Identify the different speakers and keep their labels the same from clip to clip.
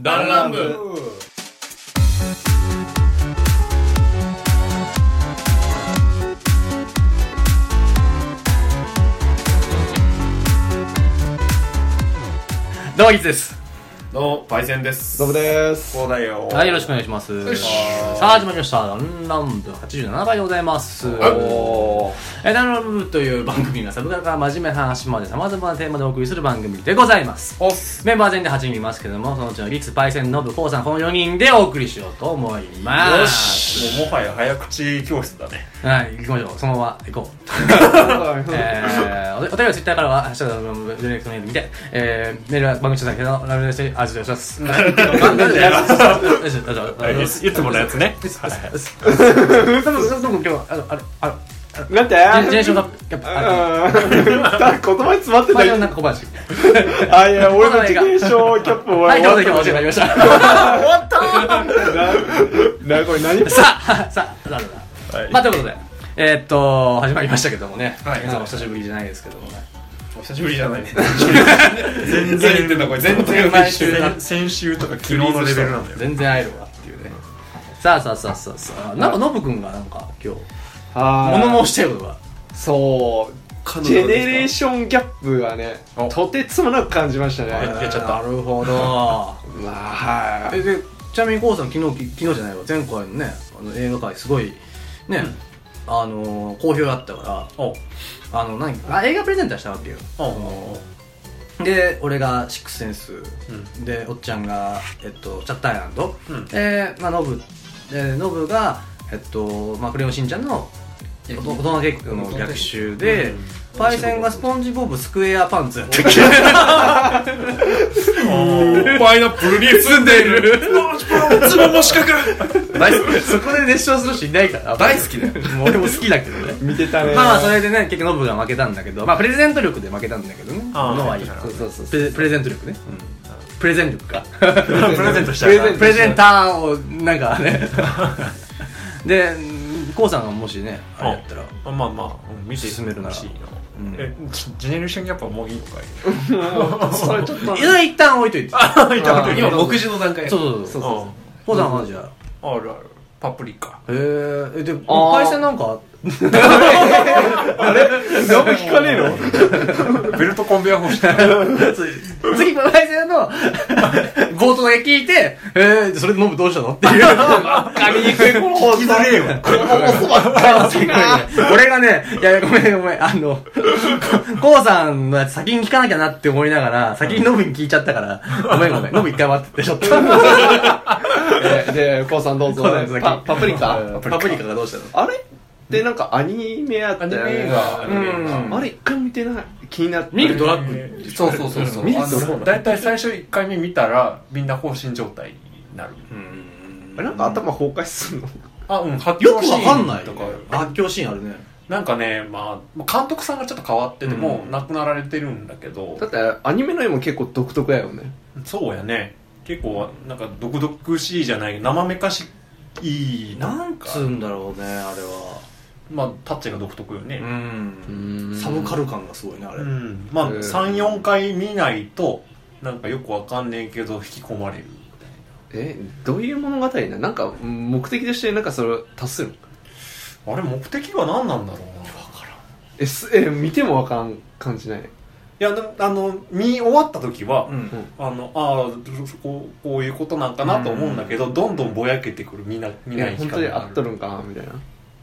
Speaker 1: ダンランブ
Speaker 2: どうも、いつです。
Speaker 1: どうもパイセンです
Speaker 3: どうもです。
Speaker 1: そうだよ
Speaker 2: はい、よろしくお願いします。
Speaker 1: し
Speaker 2: さあ、始まりました。ダンランブ87回でございます。
Speaker 3: おー
Speaker 2: えダンランブという番組がサブカルから真面目な話まで様々なテーマでお送りする番組でございます。
Speaker 3: おっす。
Speaker 2: メンバー全員で8人いますけども、そのうちのリツ、パイセン、ノブ、コウさん、この4人でお送りしようと思いま
Speaker 1: よ
Speaker 2: す。
Speaker 1: しもうもはや早口教室だね
Speaker 2: はい、行きましょう。そのまま行こう。えー、おお便りはツイッターからは、ハッシュタグのブレイクのメール見て、えー、メールは番組詳細けど、ラムネして、あ、失礼します。なんで
Speaker 1: いつものやつね
Speaker 3: なんて
Speaker 2: ジェネーションがやっぱ、
Speaker 3: だ言葉に詰まって
Speaker 2: あれ
Speaker 3: た
Speaker 2: はなんか小林。
Speaker 3: あ、いや、俺の自転車キャップ
Speaker 2: はい、
Speaker 3: 終
Speaker 2: という
Speaker 3: わっ
Speaker 2: ことで今日もお時間になりました。
Speaker 3: た。な、これ何
Speaker 2: さあ、さあ、なるほど。まあ、ということで、えーっと、始まりましたけどもね、
Speaker 1: はい
Speaker 2: 皆さんお久しぶりじゃないですけどもね。
Speaker 1: お久しぶりじゃないね全然言ってんだこれ全然
Speaker 2: 毎週だ
Speaker 1: 先先週とか昨日のレベルなんだよ
Speaker 2: 全然会えるわっていうね。さあさあさあさあさあ、なんかノブくんがなんか今日、物申したいことが。
Speaker 3: す。そう。ジェネレーションギャップはね、とてつもなく感じましたね。
Speaker 2: やっちゃった。なるほど。
Speaker 3: まあ、は
Speaker 2: えでちなみに郷さん昨日き昨日じゃないわ前回のねあの映画界すごいね、あのー好評だったから
Speaker 1: お
Speaker 2: あの何あ映画プレゼンターしたわけよ
Speaker 1: お
Speaker 2: で俺がシックスセンス、
Speaker 1: う
Speaker 2: でおっちゃんがえっとチャッターアイランド、
Speaker 1: うん
Speaker 2: でまあノブでノブがえっとまあクレヨンしんちゃんの大人計画の逆襲で、パイセンがスポンジボブスクエアパンツやって
Speaker 1: パイナップルに住んでいるつぼもしかく
Speaker 2: 大好き そこで熱唱する人いないから
Speaker 1: 大好きだよ
Speaker 2: もう俺も好きだけどね
Speaker 3: い。見てたね。
Speaker 2: まあまあそれでね結局ノブが負けたんだけどまあプレゼント力で負けたんだけどね
Speaker 1: あー
Speaker 2: のはいい
Speaker 1: はい
Speaker 3: そうそうそう。
Speaker 2: プレプレゼント力ね、プレゼン力か
Speaker 1: プレゼントしち
Speaker 3: プレ
Speaker 1: ゃ
Speaker 3: ゼ
Speaker 1: う
Speaker 3: ン
Speaker 2: プレゼンターをなんかねでこうさんがもしねあれやったら
Speaker 1: あまあまあうん見て
Speaker 2: 進めるなら
Speaker 1: ほしいな
Speaker 2: うん
Speaker 1: えジジェネレーションギャップはもういいのかい
Speaker 3: それちょっと。
Speaker 2: いや一旦置いといて
Speaker 3: あ
Speaker 1: 今目次の段階
Speaker 2: そう
Speaker 3: そ
Speaker 2: そうそ
Speaker 3: そ
Speaker 2: ううこうさんはじゃあ
Speaker 1: あるあるパプリカ
Speaker 2: へーえで
Speaker 3: あー
Speaker 2: パイセンなん か
Speaker 3: う。何も聞かねえの
Speaker 1: ベルトコンベヤー 欲しい
Speaker 2: 次パイセン の強盗だけ聞いてえー、それでノブどうしたのっていう
Speaker 3: 髪にくい、この放送。こ の放送ばっかり
Speaker 2: 俺がね、いやいや、ごめんごめん、あの、ここうさんのやつ先に聞かなきゃなって思いながら、先にノブに聞いちゃったから、ごめんごめん、ノブ一回待ってて、ちょっと。
Speaker 3: えで、コウさんどうぞ
Speaker 2: コウさん先。
Speaker 3: パパプリカ
Speaker 2: うんパプリカがどうしたの
Speaker 3: あれでなんかアニメやったよ
Speaker 1: アニ
Speaker 3: ね
Speaker 1: メが
Speaker 2: うん
Speaker 3: あれ一回見てない気になって
Speaker 2: 見るドラッグ。
Speaker 1: グそうそうそうそう
Speaker 3: 見る
Speaker 1: あ
Speaker 3: ドラ
Speaker 1: の大体最初1回目見たらみんな放心状態になる
Speaker 3: あれなんか頭崩壊すんの
Speaker 1: あうん発
Speaker 2: よ
Speaker 1: 狂
Speaker 2: く
Speaker 1: シ
Speaker 2: わかん
Speaker 1: ー
Speaker 2: ない
Speaker 1: ンとか
Speaker 2: 発狂シーンあるね。
Speaker 1: なんかねまあ監督さんがちょっと変わっててもう亡くなられてるんだけど
Speaker 3: だってアニメの絵も結構独特やよね
Speaker 1: そうやね結構なんか毒々しいじゃない生めかしい
Speaker 2: なんつうんだろうね、あれは。
Speaker 1: まあタッチが独特よね
Speaker 2: うん。サブカル感がすごいね、あれ
Speaker 1: う。んまあ
Speaker 3: うん
Speaker 1: 34回見ないとなんかよくわかんねえけど引き込まれる
Speaker 3: えどういう物語ななんか目的としてなんかそれ足すの
Speaker 1: あれ目的は何なんだろうな
Speaker 3: えすえ見てもわからん感じない
Speaker 1: いやでもあの見終わった時は、
Speaker 2: うん。
Speaker 1: あのあーこうこういうことなんかなと思うんだけど、どんどんぼやけてくる見な見
Speaker 3: い
Speaker 1: な
Speaker 3: や
Speaker 1: い
Speaker 3: 本当に合っとるんかなみたいな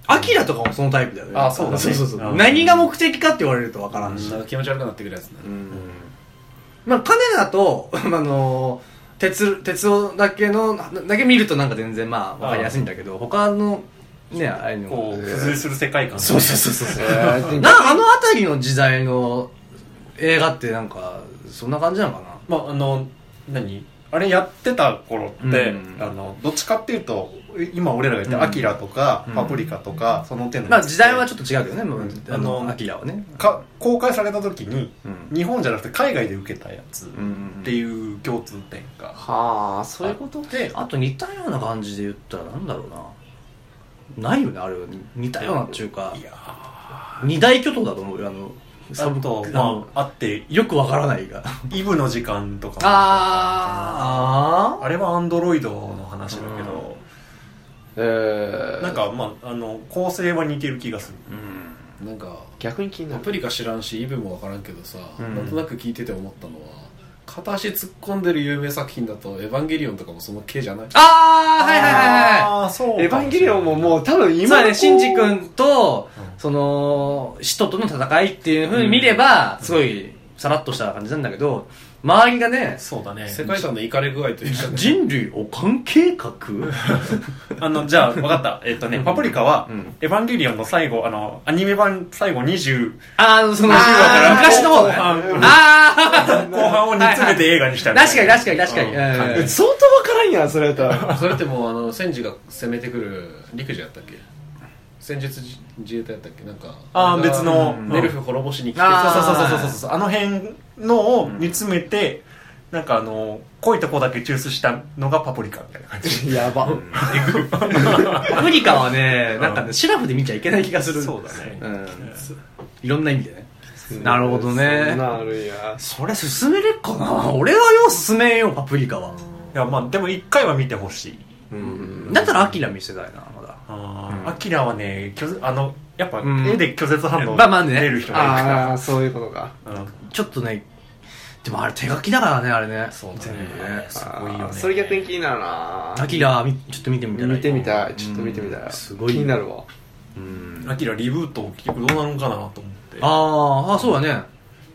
Speaker 2: アキラとかもそのタイプだよね。
Speaker 1: あそうだね
Speaker 2: そうそうそう
Speaker 1: うん
Speaker 2: 何が目的かって言われるとわか
Speaker 1: あ
Speaker 2: ら
Speaker 1: ん
Speaker 2: んし。
Speaker 1: な気持ち悪くなってくるやつね、
Speaker 2: まあ、金田と、 あの鉄、鉄をだけの、だけ見るとなんか全然まあ、わかりやすいんだけど、他の、ね、あれに
Speaker 1: こ
Speaker 2: も。
Speaker 1: う付随する世界観
Speaker 2: そうそうそうそう。
Speaker 3: えー
Speaker 2: なんかあの辺りの時代の映画ってなんか、そんな感じなのかな
Speaker 1: まああの何あれやってた頃って、
Speaker 2: うん
Speaker 1: あのどっちかっていうと今俺らが言って
Speaker 2: うん
Speaker 1: アキラとか、
Speaker 2: うん
Speaker 1: パプリカとかその手の
Speaker 2: まあ時代は
Speaker 1: ょ
Speaker 2: ちょっと違うけどね、もう
Speaker 1: うん
Speaker 2: あ
Speaker 1: あ
Speaker 2: の、
Speaker 1: の
Speaker 2: アキラはね。
Speaker 1: か公開された時に
Speaker 2: うん。
Speaker 1: 日本じゃなくて海外で受けたやつっ
Speaker 2: うん
Speaker 1: ていう共通点が、
Speaker 3: はあそういうこと
Speaker 1: で
Speaker 2: あと似たような感じで言ったらなんだろうな。ないよね、あれは。似たようなっていうか
Speaker 1: い、や
Speaker 2: 二大巨頭だと思うよ、あの、
Speaker 1: あとまああって
Speaker 2: よくわからないが
Speaker 1: イブの時間とかも
Speaker 2: あ
Speaker 1: あれはアンドロイドの話だけど、
Speaker 3: えー、
Speaker 1: なんかまああの構成は似てる気がする
Speaker 4: うんなんか
Speaker 3: 逆に気にな
Speaker 4: ア
Speaker 3: る
Speaker 4: プリか知らんしイブもわからんけどさ、
Speaker 1: うん
Speaker 4: なんとなく聞いてて思ったのは片足突っ込んでる有名作品だと「エヴァンゲリオン」とかもその系じゃない
Speaker 2: あーはいはいはいはい
Speaker 1: ああそう
Speaker 3: エヴァンゲリオンももう多分今
Speaker 2: 今
Speaker 3: の
Speaker 2: ね、シンジ君と
Speaker 1: う、
Speaker 2: その、使徒との戦いっていう風に見れば、すごい、さらっとした感じなんだけど、周りがね、
Speaker 1: そうだね
Speaker 4: 世界観のイカれ具合というか
Speaker 2: 人類を関計画
Speaker 1: あのじゃあ分かったえっとねパプリカは、
Speaker 2: うん
Speaker 1: エヴァンゲリオンの最後あのアニメ版最後20
Speaker 2: あー、その、
Speaker 1: あー
Speaker 2: 昔の方
Speaker 1: 後半
Speaker 2: ね。あ
Speaker 1: 後半を煮詰めて映画にした
Speaker 2: ー
Speaker 1: みたい
Speaker 2: 確かに確かに確かに。
Speaker 4: うん
Speaker 2: うん
Speaker 3: え相当わからんやんそれやったら
Speaker 4: それってもうあの戦時が攻めてくる陸自やったっけ戦術自自衛隊やったっけなんか
Speaker 1: あー
Speaker 4: れが
Speaker 1: 別の
Speaker 4: ネルフ滅ぼしに来て
Speaker 2: あー
Speaker 1: そうそうそうそうそうそうあの辺のを煮詰めて、なんかあの濃いとこだけ抽出したのがパプリカみたいな感じ
Speaker 3: やば
Speaker 2: パプリカはね、なんかね、シラフで見ちゃいけない気がする。
Speaker 1: そうだね
Speaker 2: うん。いろんな意味でね。なるほどね
Speaker 3: そんなんあるんや
Speaker 2: それ進めれっかな俺はよう進めんよ、パプリカは。
Speaker 1: いやまあでも一回は見てほしい
Speaker 2: だったらアキラ見せたいな、まだ。
Speaker 1: あ
Speaker 2: うん
Speaker 1: あアキラはね拒絶あのやっぱ
Speaker 2: うん
Speaker 1: 絵で拒絶反応
Speaker 2: まあまあね
Speaker 1: 出る人がいる
Speaker 3: ああそういうことか
Speaker 1: から、うん
Speaker 2: ちょっとね、でもあれ手書きだからね、あれね。
Speaker 1: そうだね
Speaker 2: 全部ね。
Speaker 1: すごいよ
Speaker 3: あー
Speaker 1: ね
Speaker 3: それ逆に気になるな
Speaker 2: アキラ、みちょっと見てみたらいい
Speaker 3: 見てみたいちょっと見てみた
Speaker 2: うん
Speaker 3: い
Speaker 2: すごい。
Speaker 3: 気になるわ
Speaker 2: うん。
Speaker 1: アキラリブート結局どうなのかなと思って
Speaker 2: あーあ、そうだね。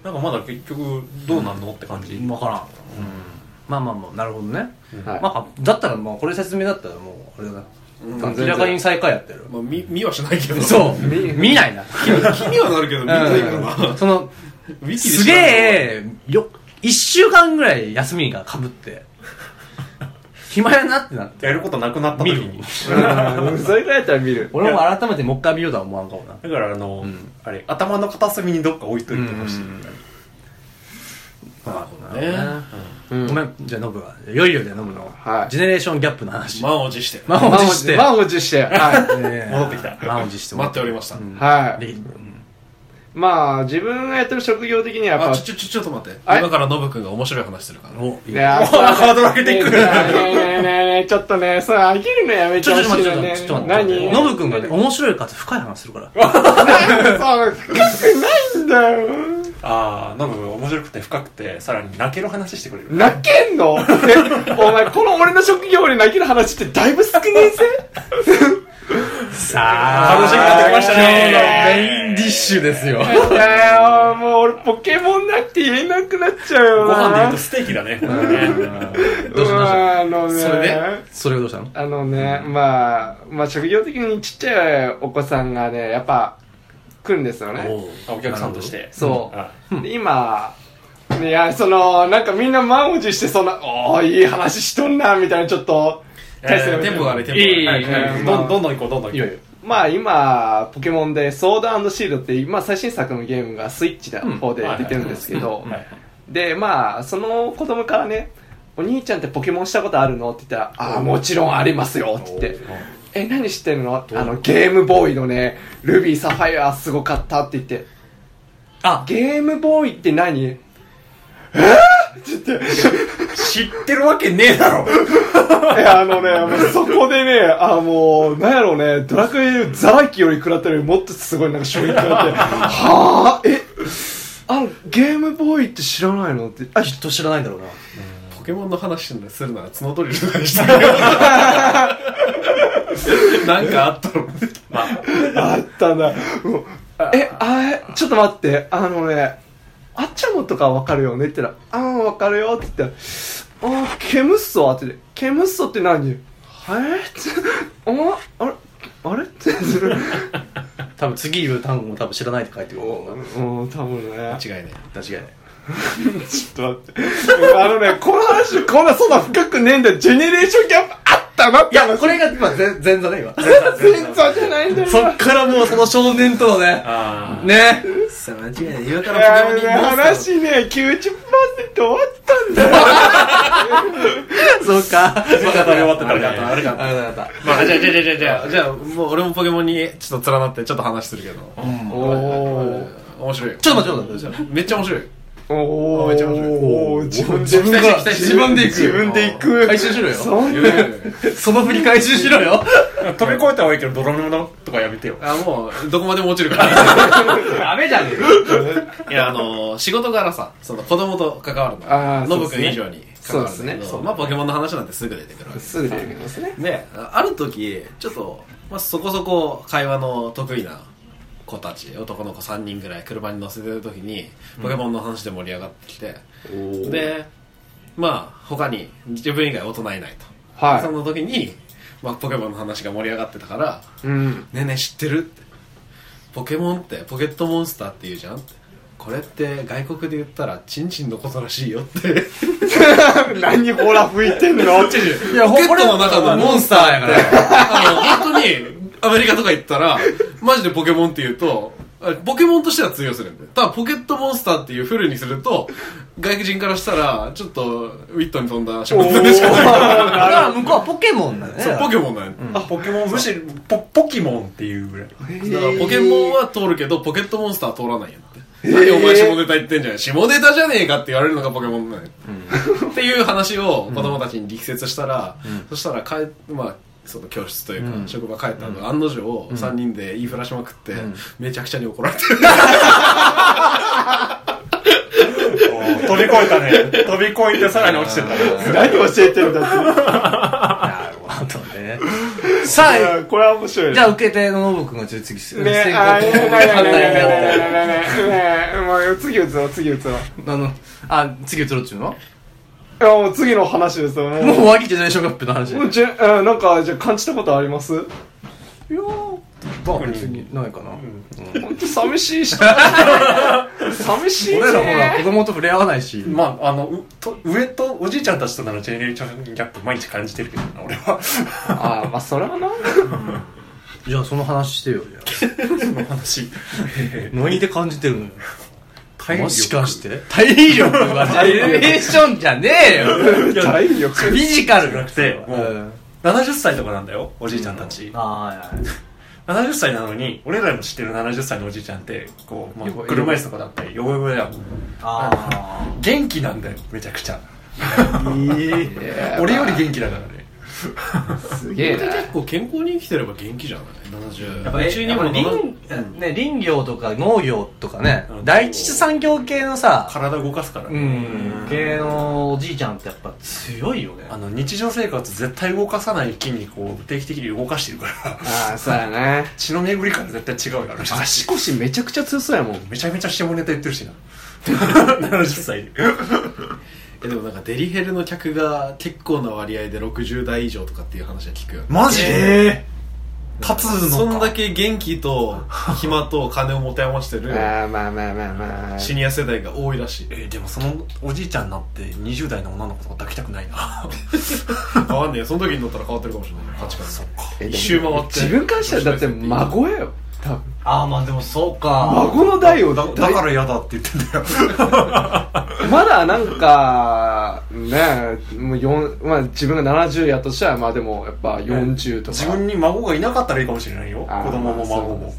Speaker 1: なんかまだ結局どうなんのって感じ、
Speaker 2: わからん。うん。まあまあまあ、なるほどね。
Speaker 3: はい
Speaker 2: まあ、だったら、まあ、これ説明だったらもう、あれだ
Speaker 4: うん
Speaker 2: な。明らかに最下位やってる。
Speaker 4: まあ、見見はしないけど
Speaker 2: そう。
Speaker 3: 見
Speaker 2: 見ないな。
Speaker 4: 気に気にはなるけど見ないからな、
Speaker 2: うんその、
Speaker 4: ウィキで
Speaker 2: すげえ、よ、一週間ぐらい休みが被って、暇やなってなって。
Speaker 1: やることなくなった時に
Speaker 2: 見
Speaker 3: うんそれぐらいやったら見る
Speaker 2: 俺も改めてもう一回見ようとは思わんかもな。
Speaker 1: だからあの、
Speaker 2: うん
Speaker 1: あれ頭の片隅にどっか置いといてほしい、
Speaker 2: うん
Speaker 4: なるほど
Speaker 2: ね
Speaker 4: ね
Speaker 3: うん
Speaker 2: ごめん、じゃあノブは。いよいよでノブの、
Speaker 3: はい
Speaker 2: ジェネレーションギャップの話。
Speaker 4: 満を持して
Speaker 2: 満を持して。
Speaker 3: 満を持しては
Speaker 2: えー
Speaker 1: 戻ってきた
Speaker 2: 満を持して。
Speaker 4: 待っておりました、
Speaker 3: いはい
Speaker 2: で
Speaker 3: まあ自分がやってる職業的にはや
Speaker 4: あ
Speaker 3: っ
Speaker 4: ちょちょちょちょっと待って
Speaker 3: はい
Speaker 4: 今からノブ君が面白い話してるから
Speaker 2: お、い
Speaker 3: ぱ
Speaker 2: い
Speaker 3: ねあ
Speaker 1: おハードル上げてくる
Speaker 3: ねえねえねえねえちょっとねそれ飽きるのやめ
Speaker 2: ち
Speaker 3: て
Speaker 2: ょ
Speaker 3: ほ
Speaker 2: っと
Speaker 3: し
Speaker 2: 待
Speaker 3: い
Speaker 2: って、ちょ
Speaker 3: の
Speaker 2: っと
Speaker 3: ね
Speaker 2: 待って、ちょっと待って。
Speaker 3: 何
Speaker 2: ノブくんがね、面白いかつ深い話するから。
Speaker 3: そう深くないんだよ
Speaker 1: ああノブ面白くて深くてさらに泣ける話してくれる
Speaker 3: 泣けんのねお前この俺の職業で泣ける話ってだいぶ少ねえぜ
Speaker 2: さ
Speaker 1: 楽しみになってきましたね
Speaker 2: 今日のメインディッシュで すよ。
Speaker 3: だよもう俺ポケモンなんて言えなくなっちゃうよ
Speaker 1: ご
Speaker 3: な
Speaker 1: 飯で言うとステーキだねこれね
Speaker 2: どうしたどうした
Speaker 3: うんあのね
Speaker 4: それで
Speaker 2: それがどうしたの
Speaker 3: あのね、まあ、まあ職業的にちっちゃいお子さんがね、やっぱ来るんですよね。
Speaker 1: あお客さんとして
Speaker 3: そう
Speaker 1: あ
Speaker 3: で今、いや、その、なんかみんな満を持して、そんな、おー、いい話しとんな、みたいな、ちょっと、大
Speaker 1: え
Speaker 3: 勢
Speaker 1: ー
Speaker 4: テンポが悪いテン
Speaker 2: いい
Speaker 4: ポが悪
Speaker 2: いい
Speaker 4: い
Speaker 2: い
Speaker 4: はい
Speaker 3: うん
Speaker 1: どんどんどん行こうどんどん行こう
Speaker 2: いいよいいよ
Speaker 3: まあ今、ポケモンで、ソードシールドっていう、まあ最新作のゲームがスイッチの方で出てるんですけど、で、まあ、その子供からね、お兄ちゃんってポケモンしたことあるのって言ったら、ああ、もちろんありますよって言って、え、何知ってるのあの、ゲームボーイのね、ルビー、サファイアすごかったって言って、
Speaker 2: あ、
Speaker 3: ゲームボーイって何え
Speaker 1: 知ってるわけねえだろ
Speaker 3: ー、あのね、もうそこでね、あもう、なんやろうね、ドラクエザラキより食らったよりもっとすごいなんか衝撃があって、はあ、え、あの、ゲームボーイって知らないのって、あ、
Speaker 2: きっと知らないんだろうな。
Speaker 4: ポケモンの話するなら角取りとかにしてるよなんかあったの
Speaker 1: まあ
Speaker 3: あったな。もうえ、あちょっと待って、あのね、あっちゃもとかわかるよねって言ったら、あんわかるよって言ったら、あー、ケムッソってて、ケムッソって何はえ って、ああれ あれって、
Speaker 2: 多分次言う単語も多分知らないって書いてる。
Speaker 3: うん、多分ね。
Speaker 4: 間違いね
Speaker 2: 間違いない。
Speaker 3: ちょっと待って。あのね、この話、こんなそんな深くねえんだよ。ジェネレーションギャップあったなっ
Speaker 2: い
Speaker 3: て話。
Speaker 2: や、これが今、前前座ね、今。
Speaker 3: 全然じゃない んだよ。
Speaker 2: そっからもうその少年とのね、
Speaker 1: あ
Speaker 2: ね。
Speaker 4: さあ間違いない今か
Speaker 3: いやね、話ね、90%終わったんだよ。
Speaker 2: そうか。
Speaker 1: まだ食べ終わってたね
Speaker 2: あれかった、あれかった。
Speaker 4: まあじゃあじゃあじゃあじゃあじゃあもう俺もポケモンにちょっと連なってちょっと話するけど
Speaker 3: おー。
Speaker 4: 面白いよ
Speaker 2: ちょっと待ってちょっと待って
Speaker 4: めっちゃ面白い
Speaker 3: おー
Speaker 4: めっちゃ面白い
Speaker 3: おー自分
Speaker 2: 自分
Speaker 3: で
Speaker 2: が
Speaker 4: 期待して
Speaker 2: 自分で行く
Speaker 3: 自分で行く
Speaker 2: 回収しろよ
Speaker 3: そん
Speaker 4: い
Speaker 3: な
Speaker 4: やいやいや
Speaker 2: その振り回収しろよ
Speaker 1: 飛び越えたはいいけど泥沼とかやめてよ
Speaker 4: あもうどこまでも落ちるから
Speaker 2: ダメじゃね
Speaker 4: いやあの仕事からさその子供と関わる
Speaker 3: あ
Speaker 4: の
Speaker 3: ー
Speaker 4: ノブ
Speaker 3: そうです
Speaker 4: 君
Speaker 3: ね
Speaker 4: 以上に関わるんだ
Speaker 3: そうで
Speaker 4: け
Speaker 3: すね
Speaker 4: どまあポケモンの話なんてすぐ出てくるわけ
Speaker 3: すぐ出てきますね
Speaker 4: である時ちょっと、まあ、そこそこ会話の得意な子たち男の子3人ぐらい車に乗せてる時にポケモンの話で盛り上がってきて、でまあ他に自分以外大人いないと、そ
Speaker 3: は
Speaker 4: の時に、まあ、ポケモンの話が盛り上がってたから
Speaker 3: いうん
Speaker 4: 「ねえねえ知ってる?」って「ポケモンってポケットモンスターって言うじゃん」ってこれって外国で言ったらチンチンのことらしいよって
Speaker 3: 何ほら吹いてんの
Speaker 2: いや
Speaker 4: ポケットの中のモンスター
Speaker 2: ーやから
Speaker 4: あの、本当に、アメリカとか行った ら、マジでポケモンって言うと、あポケモンとしては通用するんだよ。ただ、ポケットモンスターっていうフルにすると、外国人からしたら、ちょっと、ウィットに飛んだ仕事でしかないか
Speaker 2: だ
Speaker 4: ら。
Speaker 2: から向こうはポケモンだよね
Speaker 4: そう、ポケモンなんよ。
Speaker 1: あポケモンむしろポポキモンっていうぐらい
Speaker 4: だから、ポケモンは通るけど、ポケットモンスターは通らないよって。何お前下ネタ言ってんじゃん。下ネタじゃねえかって言われるのがポケモンなんよ。っていう話を子供たちに力説したら、そしたら帰っ、まあ、その教室というか、
Speaker 2: うん
Speaker 4: 職場帰ったのが案の定、3人で言いふらしまくって、
Speaker 2: ん
Speaker 4: めちゃくちゃに怒られて
Speaker 1: 飛び越えたね飛び越えてさらに落ちてたね
Speaker 3: 何教えてんだって
Speaker 2: なるほどねさ
Speaker 3: い
Speaker 2: あ
Speaker 3: やこれは面白いね
Speaker 2: じゃあ受け手のノブ君がちょっと次す
Speaker 3: ね
Speaker 2: 先行
Speaker 3: あねねねねね
Speaker 2: 判断になって
Speaker 3: ねねもう次打つよ次打つよ
Speaker 2: あのあ次移ろうっちゅうの
Speaker 3: いやもう次の話ですよもう
Speaker 2: もう終わりじゃないショーカップの話
Speaker 3: もうじゅうんなんかじゃあ感じたことありますいやー
Speaker 2: まあ別にないかな、
Speaker 3: 本当寂しいし寂しいね
Speaker 2: 俺らほら子供と触れ合わないし
Speaker 1: まああのうと上とおじいちゃんたちとのジェネレーションギャップ毎日感じてるけどな俺は
Speaker 3: ああまあそれはな
Speaker 2: じゃあその話してよじゃ
Speaker 1: その話
Speaker 2: あ何で感じてるのよ
Speaker 1: 体力
Speaker 2: もしかして体力がジェネレーションじゃねえよ
Speaker 3: 体力
Speaker 2: フィジカル
Speaker 1: じゃなくてもう70歳とかなんだよおじいちゃんたち、
Speaker 2: あ
Speaker 1: 70歳なのに俺らの知ってる70歳のおじいちゃんってこう、まあ
Speaker 2: よく、
Speaker 1: 車椅子とかだったりヨボヨボだよ
Speaker 2: ああ
Speaker 1: 元気なんだよめちゃくちゃ
Speaker 3: え
Speaker 1: 俺より元気だからね
Speaker 3: すげえな
Speaker 4: 結構健康に生きてれば元気じゃない70
Speaker 2: やっぱり
Speaker 4: うち
Speaker 2: やっぱり
Speaker 4: 70
Speaker 2: 林ね林業とか農業とかね、
Speaker 1: うん
Speaker 2: 第一次産業系のさ、
Speaker 1: 体動かすから、
Speaker 2: う
Speaker 1: ね
Speaker 2: ん、系のおじいちゃんってやっぱ強いよね。
Speaker 1: あの日常生活絶対動かさない筋肉を定期的に動かしてるから
Speaker 3: ああそうやね
Speaker 1: 血の巡りから絶対違うよあの人たち
Speaker 3: 足腰めちゃくちゃ強そうやもん
Speaker 1: めちゃめちゃ下ネタ言ってるしな70歳で
Speaker 4: えでもなんかデリヘルの客が結構な割合で60代以上とかっていう話は聞くよね
Speaker 1: マジで、立つ
Speaker 4: そん
Speaker 1: の
Speaker 4: だ
Speaker 1: か
Speaker 4: け元気と暇と金を持て余してる
Speaker 3: ああまあまあまあまあ
Speaker 4: シニア世代が多いらしい
Speaker 1: えーでもそのおじいちゃんになって20代の女の子とか抱きたくないな
Speaker 4: 変わんねえよその時に乗ったら変わってるかもしれない価値観が
Speaker 1: そっか
Speaker 3: えでも
Speaker 4: 一周回って
Speaker 3: 自分からしたらだって孫やよ多分
Speaker 2: ああ、まあでもそうか。
Speaker 3: 孫の代を
Speaker 1: だ
Speaker 3: だ
Speaker 1: だから嫌だって言ってんだよ
Speaker 3: まだなんかねえもう四まあ自分が70やとしたらまあでもやっぱ40とか
Speaker 1: 自分に孫がいなかったらいいかもしれないよ子
Speaker 3: あー
Speaker 1: 供も孫
Speaker 3: そうで
Speaker 1: も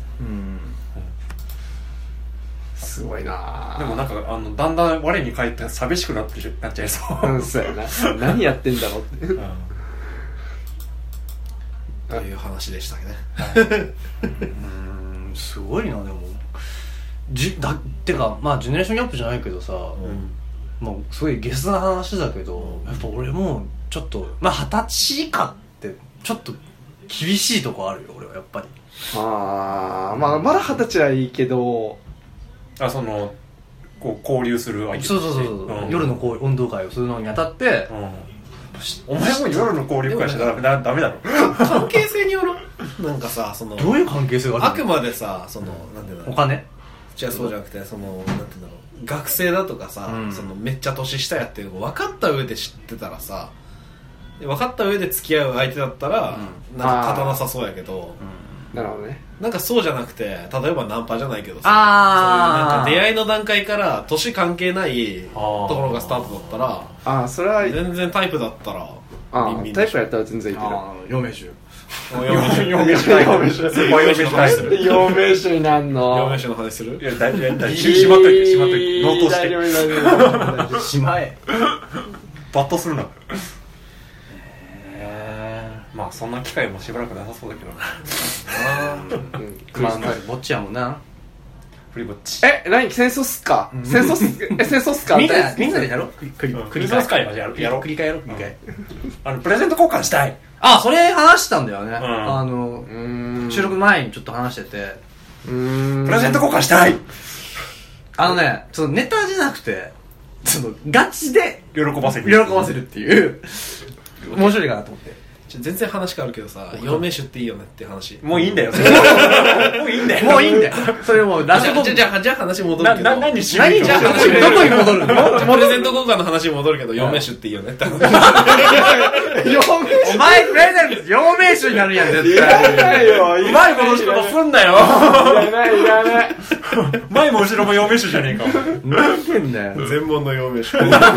Speaker 3: す
Speaker 2: うん。
Speaker 3: すごいなあ
Speaker 1: でもなんかあのだんだん我に返って寂しくなってるなっちゃいそう
Speaker 3: う
Speaker 1: うん
Speaker 3: そうやな何やってんだろうって
Speaker 1: ん
Speaker 4: という話でしたね
Speaker 2: うん、すごいな、でも。じだってか、まあ、ジェネレーションギャップじゃないけどさ、まあ、すごいゲスな話だけど、やっぱ俺も、ちょっと、まあ、二十歳以下って、ちょっと、厳しいとこあるよ、俺は、やっぱり。
Speaker 3: ああまあまだ二十歳はいいけど
Speaker 1: あそのこう交流する相手として
Speaker 2: そうそうそうそう、
Speaker 1: ん
Speaker 2: 夜のこう運動会をするのにあたって
Speaker 1: う、んお前も夜の交流会しちゃダメだダメだろ
Speaker 4: 関係性によるなんかさその
Speaker 2: どういう関係性があ
Speaker 4: あ
Speaker 2: る
Speaker 4: くまでさそのなんていうんだろ
Speaker 2: お
Speaker 4: う
Speaker 2: 金
Speaker 4: じゃあそうじゃなくてそのなんていうんだろう学生だとかさ、
Speaker 2: うん
Speaker 4: そのめっちゃ年下やっていうの分かった上で知ってたらさ分かった上で付き合う相手だったら、なんか勝たなさそうやけど、
Speaker 3: なるほどね
Speaker 4: なんかそうじゃなくて例えばナンパじゃないけどさそういうなん
Speaker 2: あ
Speaker 4: か
Speaker 2: あ
Speaker 4: 出会いの段階から年関係ないと
Speaker 1: あー
Speaker 4: ころがスタートだったら
Speaker 3: ああそれは
Speaker 4: 全然タイプだったら
Speaker 3: あ
Speaker 4: ビンビ
Speaker 3: ー
Speaker 4: ン
Speaker 3: タイプやったら全然いける
Speaker 2: ああ陽明酒
Speaker 3: 陽明酒陽明酒
Speaker 1: こういう話す
Speaker 3: なん
Speaker 1: る
Speaker 3: で陽明酒になんの
Speaker 4: 両名詞の話す
Speaker 1: い
Speaker 4: る
Speaker 1: や大丈夫大丈夫しまっといてしまっといて納刀し
Speaker 3: 大丈
Speaker 1: て
Speaker 3: 夫大丈夫
Speaker 2: しまえ
Speaker 1: バッとするなまあそんな機会もしばらくなさそうだけどな
Speaker 3: うん
Speaker 2: クリスマスぼっちやもんな
Speaker 1: フリボッチ
Speaker 3: え、何戦争っすか戦争っす、え、戦争っすか
Speaker 2: みんな
Speaker 3: 大
Speaker 2: みんなでやろう繰り繰り
Speaker 1: うん
Speaker 2: 繰り
Speaker 1: クリスマ
Speaker 2: 返
Speaker 1: ス会はやろやろう
Speaker 2: 繰り返やろう繰り返
Speaker 1: あのプレゼント交換したい
Speaker 2: あそれ話したんだよね
Speaker 1: ん
Speaker 2: あの
Speaker 3: うーん
Speaker 2: 収録前にちょっと話してて
Speaker 3: うーん
Speaker 1: プレゼント交換したい
Speaker 2: あのねそのネタじゃなくてそのガチで
Speaker 1: 喜ばせる
Speaker 2: 喜ばせるっていう面白いかなと思って
Speaker 4: ちょ全然話変わるけどさ両名詞っていいよねっていう話
Speaker 1: もういいん だよそれもういいんだよ
Speaker 2: もういいんだよそれもうラ
Speaker 4: じ
Speaker 2: ジ
Speaker 4: ゃ
Speaker 2: コ
Speaker 4: あじゃあじゃあじゃあ話戻る
Speaker 1: な
Speaker 4: けど
Speaker 1: な何し
Speaker 2: 何じゃあ話どこに戻るの
Speaker 4: プレゼント交換の話に戻るけど両名詞っていいよねって話
Speaker 2: お前プレゼント陽明酒になるやん絶
Speaker 3: い
Speaker 2: 対
Speaker 3: らないよいう
Speaker 1: まいこと しことすんなよ
Speaker 3: らないいらない
Speaker 1: 前も後ろも陽明酒じゃねえか
Speaker 2: 何言んだよ
Speaker 4: 全問の両名詞
Speaker 3: やばい脂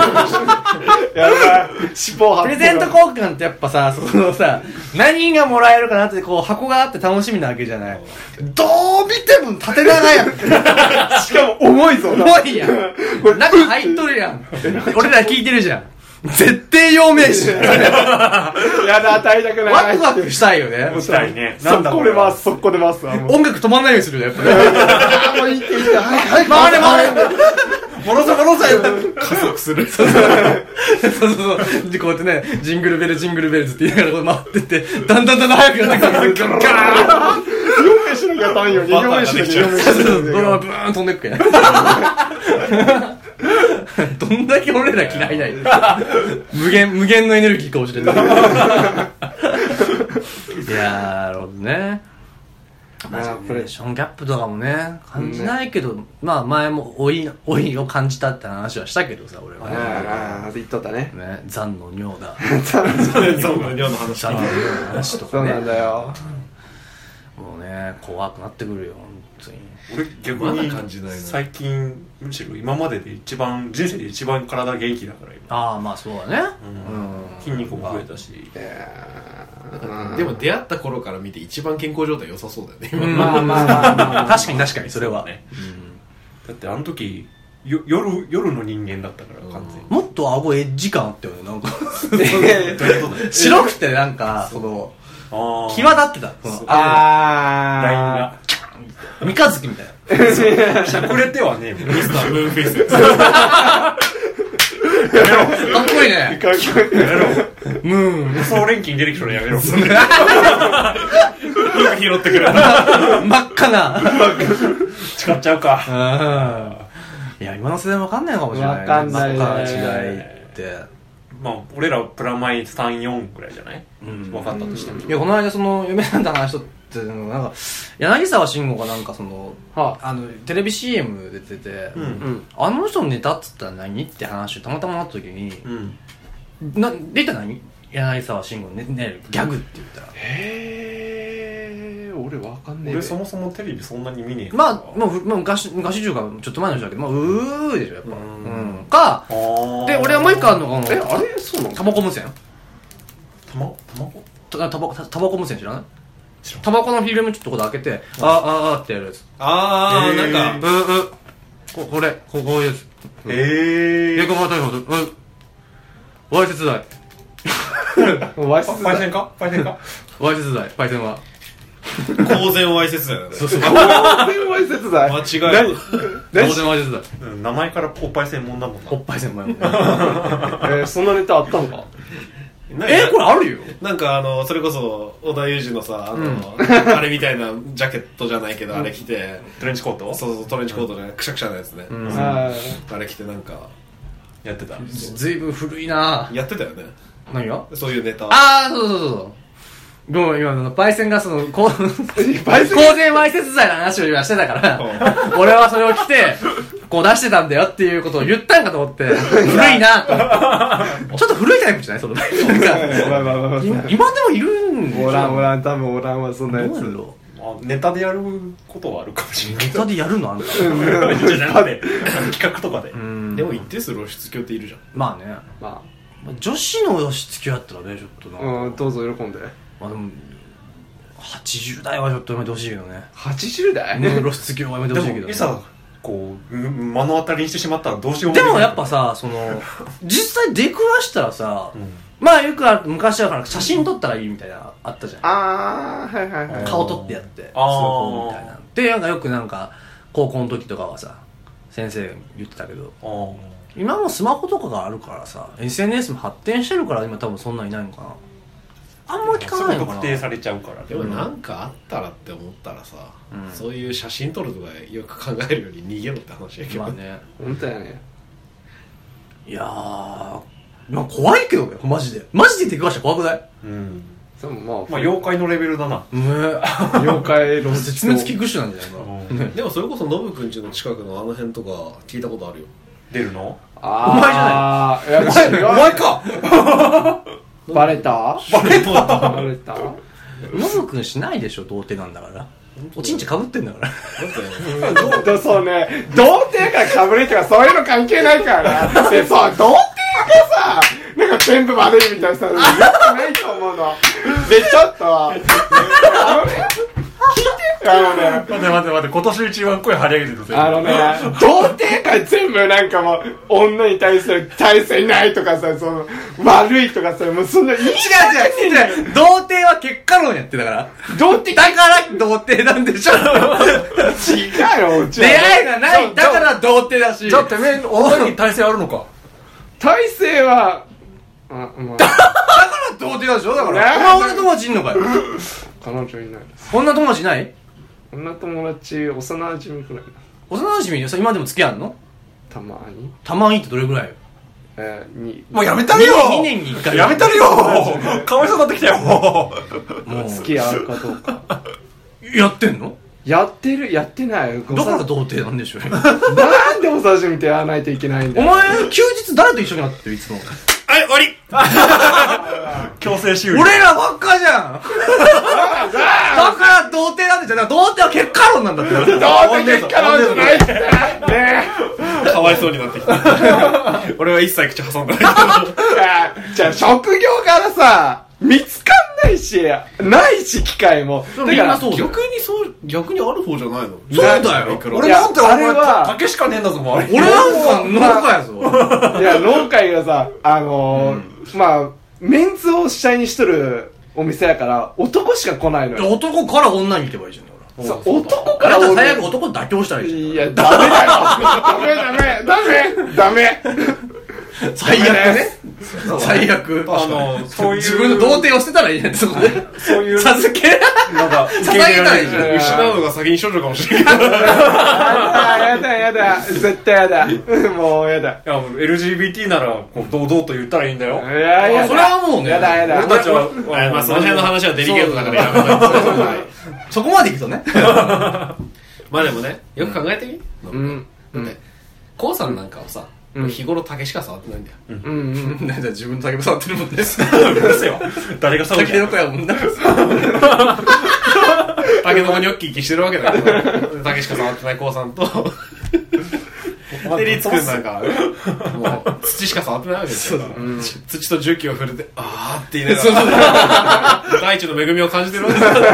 Speaker 3: 肪
Speaker 2: プレゼント交換ってやっぱさ、そのさ、何がもらえるかなって、こう、箱があって楽しみなわけじゃない。どう見ても縦長やん。
Speaker 3: しかも重いぞ
Speaker 2: 重いやん。 中入っとるや ん。俺ら聞いてるじゃん。絶対陽明酒。
Speaker 3: やだ与えたくな
Speaker 2: ワ
Speaker 3: い
Speaker 2: クワクしたいよね。
Speaker 1: したいね
Speaker 3: そこ
Speaker 1: こ
Speaker 3: で
Speaker 1: れ
Speaker 3: 回
Speaker 1: は
Speaker 3: すそこで回すわもう
Speaker 2: 音楽止まんないようにするよ、やっぱり。
Speaker 3: もういいっていいってはいはい
Speaker 2: 回れ回れ
Speaker 1: もろさもろ さ
Speaker 4: 加速する
Speaker 2: そうそうそう。で、こうやってね、ジングルベル、ジングルベルズって言いながらこう回ってって、だんだんだんだん早くなってく る。ガーン
Speaker 3: 両面しなきゃ足んよ
Speaker 4: バター
Speaker 3: 両面しなきゃ両面し
Speaker 2: そうそうそう ドラマ
Speaker 3: なき
Speaker 2: ブーン飛んでくけ どんだけ俺ら嫌いだよ無限無限のエネルギーかもしれな いいやーなるほどねまあジ
Speaker 3: あー
Speaker 2: ェネレーションギャップとかもね感じないけど、まあ前も老い老いを感じたって話はしたけどさ俺はね,、
Speaker 3: ああ言っとったね
Speaker 2: ね残の尿だ
Speaker 4: 全問の両の話
Speaker 2: 残の尿の話と
Speaker 3: そ
Speaker 2: か
Speaker 3: う
Speaker 2: ね
Speaker 3: なんだよ
Speaker 2: もうね怖くなってくるよ本当に
Speaker 1: 俺逆
Speaker 4: ま
Speaker 1: に
Speaker 4: だ感じないな
Speaker 1: 最近むしろ今までで一番人生で一番体元気だから今
Speaker 2: ああまあそうだねうん
Speaker 1: 筋肉も増えたし
Speaker 4: でも出会った頃から見て一番健康状態良さそうだよね今
Speaker 3: まあまあまあまあ
Speaker 2: 確かに確かにそれは
Speaker 1: ねだってあの時よ夜夜の人間だったから完全に
Speaker 2: もっと顎エッジ感あったよねなんか
Speaker 1: どういうことだよ
Speaker 2: 白くてなんかその
Speaker 1: あー
Speaker 2: 際立ってたこの
Speaker 1: ライン
Speaker 3: あ
Speaker 1: が
Speaker 2: 三日月みたいな
Speaker 1: しゃくれては ねえもん
Speaker 4: ミスタームーンフェイス
Speaker 2: かっこいいね
Speaker 3: かっこいい
Speaker 1: やめろ
Speaker 2: ムー
Speaker 1: 無双錬金出てきたらやめろ
Speaker 4: よく拾ってくる
Speaker 2: ン真っ赤な
Speaker 1: 使っちゃうか
Speaker 2: うんいや今の世代わかんないかもしれない
Speaker 3: わかんないね
Speaker 2: 真っ赤な違いって
Speaker 1: まあ俺らプラマイ34ぐらいじゃない
Speaker 2: ん
Speaker 1: 分かったとしても
Speaker 2: いやこの間その嫁さんと話しとってたのがなんか柳沢慎吾がなんかその
Speaker 3: は
Speaker 2: あのテレビ CM 出てて、
Speaker 1: うん
Speaker 3: ん
Speaker 2: あの人のネタっつったら何って話をたまたまなった時に、
Speaker 1: うん
Speaker 2: な出た何柳沢慎吾のねねギャグって言ったら
Speaker 3: へえ俺わかんねえ
Speaker 1: 俺そもそもテレビそんなに見ねえ
Speaker 2: まあ、まあ、ふまあ昔昔中かちょっと前の人だけど、まあ、うーでしょやっぱ
Speaker 1: うん
Speaker 2: うんか
Speaker 1: あ
Speaker 2: で俺はもう一個あるのがあの
Speaker 3: えあれそうなの
Speaker 2: タバコ無線
Speaker 1: たま卵
Speaker 2: とタバコタバコ無線知らない
Speaker 1: 知らん
Speaker 2: タバコのフィルムちょっとここで開けてあああーってやるやつ
Speaker 4: あーなんか
Speaker 2: うんうんここれここういうやつ
Speaker 1: ええ
Speaker 2: 横浜大砲うんわいせつ罪
Speaker 3: わし
Speaker 1: パイセンかパイセンか
Speaker 2: わいせつ罪パイセンは
Speaker 4: 公然わいせつだよね
Speaker 3: 完全わいせつ罪
Speaker 4: 間違いない
Speaker 2: 当然わいせつ罪
Speaker 1: うん名前からポッパイセンもんだもんな
Speaker 2: おっぱい千枚も
Speaker 3: えーそんなネタあったのか
Speaker 2: えこれあるよ
Speaker 4: なんかあのそれこそ織田裕二のさあのあれみたいなジャケットじゃないけどあれ着て
Speaker 1: トレンチコート
Speaker 4: そうそうトレンチコートねくしゃくしゃなやつね
Speaker 2: ん
Speaker 3: あ
Speaker 4: あれ着てなんか
Speaker 1: やってた
Speaker 2: ずいぶん古いな
Speaker 4: やってたよね
Speaker 2: 何が
Speaker 4: そういうネタ
Speaker 2: ああそうそうそうそうごめん今のパイセンがそのこう
Speaker 3: ー
Speaker 2: 公
Speaker 3: バイセン
Speaker 2: 然わいせつ罪の話を今してたから俺はそれを着てこう出してたんだよっていうことを言ったんかと思って古いなと思ってちょっと古いタイプじゃないそのなんか
Speaker 3: まあまあまあまあ
Speaker 2: 今今でもいるんでしょ
Speaker 3: おらんおらん多分おらんはそんなや
Speaker 2: どうや
Speaker 3: つ
Speaker 2: ろ
Speaker 1: まあネタでやることはあるかもしれな
Speaker 2: う
Speaker 1: い
Speaker 2: ネタでやるのあんた
Speaker 1: じゃなくてあの企画とかで
Speaker 2: うん
Speaker 4: でも一定数露出狂っているじゃん
Speaker 2: まあね
Speaker 3: ま
Speaker 2: まあ女子の付き合ったらねちょっとな
Speaker 3: うんどうぞ喜んで
Speaker 2: まあでも80代はちょっとやめてほしいけどね
Speaker 3: 80代、
Speaker 2: 露出狂はやめて
Speaker 1: で
Speaker 2: ほしいけど
Speaker 1: も
Speaker 2: ね
Speaker 1: いざこううん目の当たりにしてしまったらどうしよう
Speaker 2: で
Speaker 1: ない
Speaker 2: もやっぱさその実際出くわしたらさ、まあよくある昔だから写真撮ったらいいみたいなあったじゃん
Speaker 3: ああはいはいはい
Speaker 2: 顔撮ってやって
Speaker 1: あー
Speaker 2: そうこうみたいなでなんかよくなんか高校の時とかはさ先生言ってたけど
Speaker 1: あー
Speaker 2: 今もスマホとかがあるからさ SNS も発展してるから今多分そんなにないのかなあんま聞
Speaker 1: す
Speaker 2: か
Speaker 1: ぐ
Speaker 2: ないのか
Speaker 1: 特
Speaker 2: な
Speaker 1: 定されちゃうから
Speaker 4: でもなんかあったらって思ったらさ、
Speaker 2: うん
Speaker 4: そういう写真撮るとかよく考えるより逃げろって話やけど、
Speaker 2: まあね
Speaker 3: 本当やね
Speaker 2: いやーまあ怖いけどねマジでマジで出くわしたら怖くないね
Speaker 1: うん
Speaker 3: それもま
Speaker 1: まあ
Speaker 3: あ
Speaker 1: 妖怪のレベルだな
Speaker 2: え
Speaker 3: 妖怪露出
Speaker 2: 絶滅危惧種なんじゃないかな
Speaker 4: でもそれこそノブくんちの近くのあの辺とか聞いたことあるよ
Speaker 1: 出るの
Speaker 3: ああお前じゃないやお前かバレた
Speaker 4: バレた
Speaker 3: バレた
Speaker 2: ノブくんしないでしょ童貞なんだからおちんちかぶってんだから
Speaker 3: 本当そうね童貞からかぶりとかそういうの関係ないから なでそう童貞がさなんか全部悪いみたいなさよくないと思うのでちょっとあのね聞いてあのね
Speaker 1: 待って待って待って今年一番声張り上げてるぞ
Speaker 3: あのね、童貞界全部なんかもう、女に対する体制ないとかさ、その、悪いとかさ、もうそんな、違う
Speaker 2: 違う違う違う童貞は結果論やってだから
Speaker 3: 童貞
Speaker 2: だから童貞なんでしょ
Speaker 3: 違うよ、違う。
Speaker 2: 出会いがないだから童貞だし
Speaker 1: じゃあてめえ女に耐性あるのか
Speaker 3: 体制は、あ、まあ、
Speaker 2: 童貞だしょだか
Speaker 3: ね
Speaker 2: お前女友達いんのかよ
Speaker 3: 彼女いないです。
Speaker 2: 女友達いない
Speaker 3: 女友達、幼馴染くらいだ。
Speaker 2: 幼馴染にさ今でも付き合うの
Speaker 3: たまに。
Speaker 2: たまにってどれぐらいよ
Speaker 3: えー、に、
Speaker 1: もうやめたれよ
Speaker 2: 2年に1回
Speaker 1: やめたれよかわいそうになってきたよ
Speaker 2: も
Speaker 3: 付き合うかどうか。
Speaker 2: うやってんの
Speaker 3: やってる、やってない。ご
Speaker 2: だ
Speaker 3: さ
Speaker 2: から童貞なんでしょ
Speaker 3: なんでお刺身ってやらないといけないんだ
Speaker 2: お
Speaker 3: よ。
Speaker 2: 前休日誰と一緒になってるいつも
Speaker 4: はい終わり
Speaker 1: 強制収
Speaker 2: 俺らばっかじゃんだから童貞なんでじゃな童貞は結果論なんだって
Speaker 3: 童貞結果なんじゃないって。ねえ。
Speaker 4: かわいそうになってきた俺は一切口挟んでない
Speaker 3: いやじゃあ職業からさ、見つかんないし、ないし、機会も。
Speaker 2: そうみんなそうだよ
Speaker 4: 逆にそう逆にある方じゃないの
Speaker 2: そうだよ
Speaker 4: いくら
Speaker 1: 俺なんてお
Speaker 3: いや
Speaker 1: 前
Speaker 3: あれは
Speaker 1: 竹しかねえんだぞもうあれ
Speaker 2: 俺なんか農家やぞ
Speaker 3: いや、農会がさ、あのーまあ、メンズを主体にしとるお店やから、男しか来ないのよ。
Speaker 2: 男から女に行けばいいじゃんだから
Speaker 3: そう男か
Speaker 2: だ
Speaker 3: ら
Speaker 2: から
Speaker 3: 俺
Speaker 2: 最悪男妥協したらいいじ
Speaker 3: いや、ダメだよ。ダメダメ、ダメ、ダメ。
Speaker 2: ゃん最悪ね最悪
Speaker 1: あのそういう
Speaker 2: 自分の童貞を捨てたらいいじゃんそこで
Speaker 1: そういう
Speaker 2: 授け
Speaker 1: のが
Speaker 2: 捧げたいじゃん
Speaker 3: いや
Speaker 4: 失うのが先に処女かもしれないけど
Speaker 3: あやだ、やだ、絶対やだ。 もうやだ。
Speaker 1: いやもう LGBT ならこう堂々と言ったらいいんだよ
Speaker 3: いや、やだ。
Speaker 2: それはもうね
Speaker 3: やだ、や
Speaker 1: 俺
Speaker 3: だ。
Speaker 1: たちは
Speaker 4: あまあその辺の話はデリケートだからやめない
Speaker 2: そこまでいくとね
Speaker 4: まあでもね よく考えてみ
Speaker 3: う
Speaker 4: だ
Speaker 3: ん。う
Speaker 4: っ
Speaker 3: ん
Speaker 4: てこうさんなんかはさ
Speaker 3: うん
Speaker 4: 日頃竹しか触ってないんだよ
Speaker 3: うん。
Speaker 2: ねじゃあ自分の竹も触ってるもんね
Speaker 1: うるせえわ誰が騒
Speaker 2: 竹
Speaker 1: ぐ
Speaker 2: の子やもんな
Speaker 4: 竹の子ニョッキッキしてるわけだから 竹しか触ってないこうさんとでリツくんなんかはねもう土しか触ってないわけですよ土と重機を触れてあーって言いながら大地の恵みを感じてるわけですよで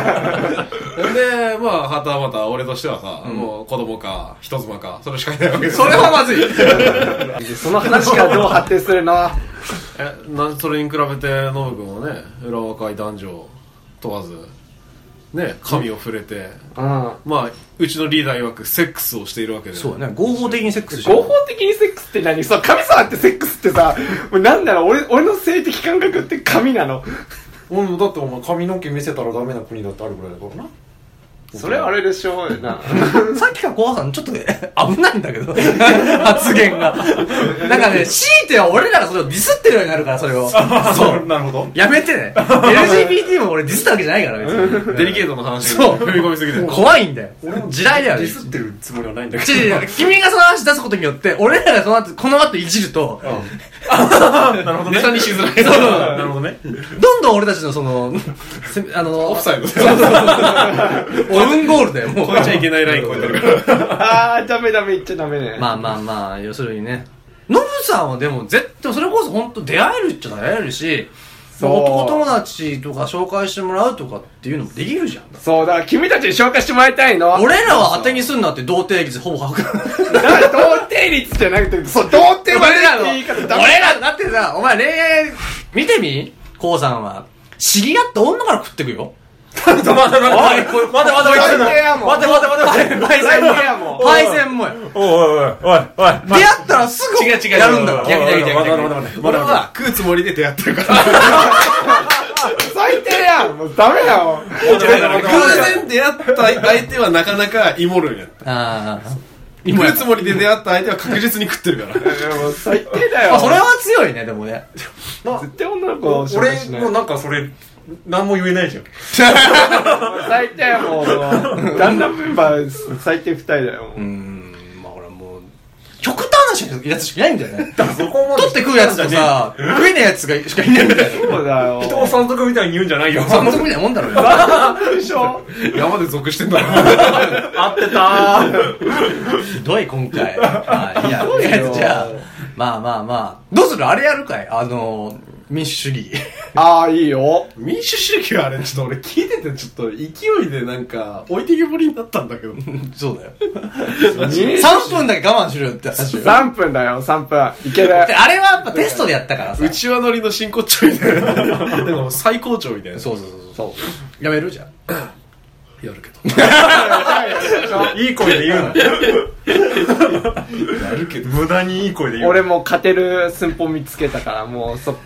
Speaker 4: まあはたまた俺としてはさもう子供か人妻かそれしかいないわけですよ
Speaker 2: それはまずい
Speaker 3: その話がどう発展するの
Speaker 4: えなそれに比べてノブ君はね裏若い男女問わずね髪を触れて、
Speaker 3: うん。
Speaker 4: まあうちのリーダー曰くセックスをしているわけで
Speaker 2: そうだね合法的にセックスし
Speaker 3: 合法的にセックスって何そう、神様ってセックスってさ、もうなんだろう、俺、俺の性的感覚って神なの。
Speaker 1: うんだってお前髪の毛見せたらダメな国だってあるぐらいだからな
Speaker 3: それはあれでしょう な。
Speaker 2: さっきからコアさんちょっとね 危ないんだけど発言がなんかね強いては俺らがそれをディスってるようになるからそれを
Speaker 1: そうなるほど
Speaker 2: やめてね LGBT も俺ディスったわけじゃないから別に
Speaker 4: デリケートな話
Speaker 2: そう
Speaker 4: 踏み込みすぎて
Speaker 2: 怖いんだよ地雷だよ
Speaker 1: デ
Speaker 2: ね
Speaker 1: ィスってるつもりはないんだ
Speaker 2: 違う
Speaker 1: け
Speaker 2: 違う違う君がその話出すことによって俺らがその後この後いじる と
Speaker 1: どなるほど
Speaker 4: ネタにしづらい
Speaker 1: なるほどね
Speaker 2: どんどん俺たちのそのせあの
Speaker 4: オフサイド
Speaker 2: オウンゴールだよもう
Speaker 4: 超えちゃいけないライン超えてるから
Speaker 3: あー、ダメダメ言っちゃダメね。
Speaker 2: まあまあまあ要するにねノブさんはでも絶対それこそ本当出会えるっちゃ出会えるし
Speaker 3: そう
Speaker 2: 男友達とか紹介してもらうとかっていうのもできるじゃん
Speaker 3: そう、だから君たちに紹介してもらいたいの。
Speaker 2: 俺らは当てにすんなって童貞率ほぼ白く
Speaker 3: だから童貞率じゃなくて、そう、童貞は
Speaker 2: 俺らの
Speaker 3: って言い方ダメ
Speaker 2: 俺らだってさお前恋愛見てみこうさんは知り合った女から食ってくよ
Speaker 1: 待て待て待て待て待て待て
Speaker 3: 最低やもん
Speaker 1: 待て待て待て待て
Speaker 2: パイセン
Speaker 3: 最
Speaker 2: も
Speaker 3: 低やもん
Speaker 2: パイセンもや
Speaker 1: おいおいおいおい
Speaker 2: 出会ったらすぐ
Speaker 4: 違う違う違う
Speaker 2: やるんだから
Speaker 4: 逆に逆に逆に
Speaker 1: 待て待て待て待て
Speaker 4: 俺は食うつもりで出会ってるから
Speaker 3: 最低やんもうダメだよ。
Speaker 4: 偶然出会 った相手はなかなかイモるんやった
Speaker 2: ああ
Speaker 4: 食うつもりで出会った相手は確実に食ってるから
Speaker 3: もう最低だ
Speaker 2: ま
Speaker 3: よ。
Speaker 2: あそれは強いねでもね
Speaker 3: 絶対女の子を紹介しな
Speaker 1: 俺も
Speaker 3: い。
Speaker 1: なんかそれ何も言えないじゃん
Speaker 3: 最低やもう、 旦那メンバー最低二人だよ。もう
Speaker 2: うんまあ俺はもう極端なやつしかいないんだよね
Speaker 1: そこまで
Speaker 2: 取って食うやつとさ食えねえやつがしかいないみたい
Speaker 3: そうだよ。
Speaker 1: 人を山賊みたいに言うんじゃないよ
Speaker 2: な満足みたいなもんだろうよ
Speaker 3: でしょ
Speaker 4: 山で属してんだろ
Speaker 1: 合ってた
Speaker 2: ひどい今回まあいやとりあえずじゃあまあまあまあどうするあれやるかいあの民主主義
Speaker 3: ああ、いいよ。
Speaker 4: 民主主義はあれちょっと俺聞いててちょっと勢いでなんか置いてきぼりになったんだけ ど
Speaker 2: そうだよ
Speaker 3: 3
Speaker 2: 3分だけ我慢しろよって話よ
Speaker 3: 分だよ、3分。いける。
Speaker 2: であれはやっぱテストでやったからさ
Speaker 4: うちわ乗りの真骨頂みたいな でも最高潮みたいな
Speaker 2: そうそうそうそうやめるじゃん
Speaker 4: やるけど
Speaker 1: いい声で言うの
Speaker 4: やるけど
Speaker 1: 無駄にいい声で言う
Speaker 3: 俺も勝てる寸法見つけたから、もうそ、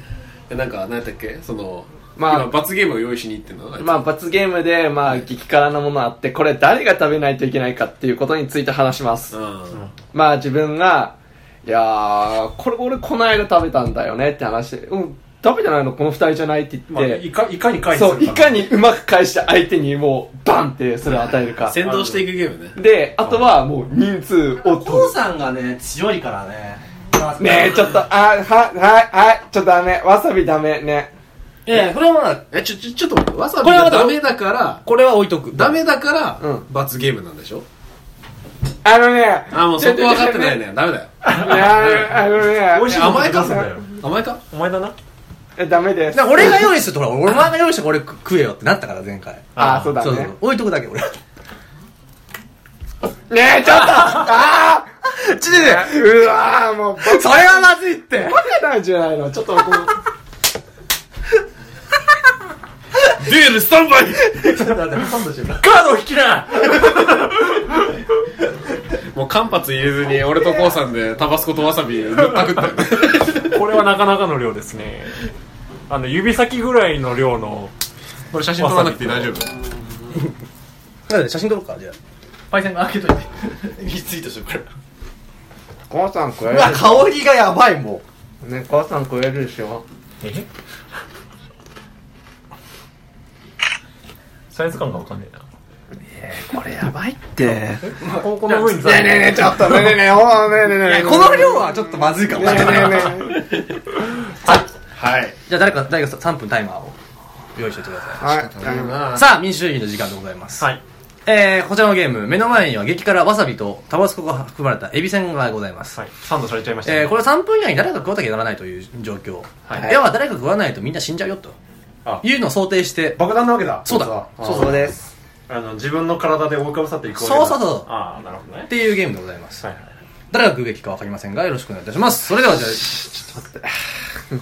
Speaker 4: なんか何だっけその
Speaker 3: まあ
Speaker 4: 今罰ゲームを用意しに行ってんの
Speaker 3: まあ罰ゲームで、まあ激辛なものあって、これ誰が食べないといけないかっていうことについて話します。
Speaker 4: うん
Speaker 3: まあ自分が、いやー、これ俺この間食べたんだよねって話で、うん、食べてないのこの二人じゃないって
Speaker 1: まあ
Speaker 3: 言っ
Speaker 1: い
Speaker 3: て、
Speaker 1: かいかに返す
Speaker 3: そう、いか
Speaker 1: に
Speaker 3: にうまく返して相手にもう、バンってそれを与えるか。
Speaker 4: 先導していくゲームね
Speaker 3: で、あとはもう人数を取る。
Speaker 2: さんがね強いからね
Speaker 3: ねえ、ちょっと、あ、は、はい、はい、ちょっとダメ。わさびダメね。
Speaker 2: いやいやこれはまあ
Speaker 4: えちょちょちょっと待ってわさび
Speaker 2: これはま
Speaker 4: が
Speaker 2: だ
Speaker 4: ダメだから
Speaker 2: これは置いとく
Speaker 4: ダメだから、
Speaker 3: うん
Speaker 4: 罰ゲームなんでしょ
Speaker 3: あのね。
Speaker 4: あもうそこ分かっ て ない。ねダメだよ
Speaker 3: あのね。
Speaker 1: 美味しい
Speaker 4: 甘え
Speaker 1: 出
Speaker 4: か
Speaker 1: すんだよ
Speaker 4: 甘えか
Speaker 1: お前だな
Speaker 3: えダメです。
Speaker 2: だから俺が用意するとほら俺お前が用意してこれ食食えよってなったから前回
Speaker 3: あ、そうだ
Speaker 2: そうそう
Speaker 3: ね。
Speaker 2: 置いとくだけ俺ち
Speaker 3: ねえ、ちょっとあ
Speaker 2: ょっとね
Speaker 3: ーうわーもう、バ
Speaker 2: それはまずいって
Speaker 3: カなんじゃないのちょっとこう。
Speaker 4: デュエルスタンバイ
Speaker 1: カードを引きな
Speaker 4: もう間髪入れずに俺とコウさんでタバスコとわさび塗ったくったよね
Speaker 1: これはなかなかの量ですねあの指先ぐらいの量の
Speaker 4: これ写真撮らなくて大丈夫
Speaker 2: なので写真撮ろうかじゃあ
Speaker 4: パイセン開けといてリツイートしようから
Speaker 3: コウさん食え
Speaker 2: うわ香りがやばいも
Speaker 3: る。ね、コウさん食えるでしょ。
Speaker 1: えサイズ感がわかんねえな
Speaker 3: これやばいって。ね
Speaker 1: ここの上にさ
Speaker 3: えねえねえ、ちょっと、ねえねえねえ、ほら、ねえねえ
Speaker 2: う
Speaker 3: ねえ。
Speaker 2: この量はちょっとまずいかも
Speaker 3: ねえねえねえ。
Speaker 4: はい
Speaker 2: じゃあ誰か誰か3分タイマーを用意しておいてくださ
Speaker 3: はい。
Speaker 2: いさあ民主主義の時間でございます
Speaker 1: はい
Speaker 2: えー、こちらのゲーム目の前には激辛わさびとタバスコが含まれたエビせんがございます
Speaker 1: はいサンドされちゃいましたね
Speaker 2: えー、これは3分以内に誰か食わなきゃならないという状況、
Speaker 1: はい
Speaker 2: 要は誰か食わないとみんな死んじゃうよと
Speaker 1: あ
Speaker 2: いうのを想定して
Speaker 1: 爆弾なわけだ
Speaker 2: そうだ
Speaker 1: あー
Speaker 2: そうそう
Speaker 3: です。
Speaker 1: あの自分の体で覆いかぶさっていくわけだ
Speaker 2: そうそうそう
Speaker 1: ああなるほど
Speaker 2: っ
Speaker 1: ね
Speaker 2: ていうゲームでございます、
Speaker 1: はいはい
Speaker 2: 誰が食うべきか分かりませんがよろしくお願いいたしますそれではじゃ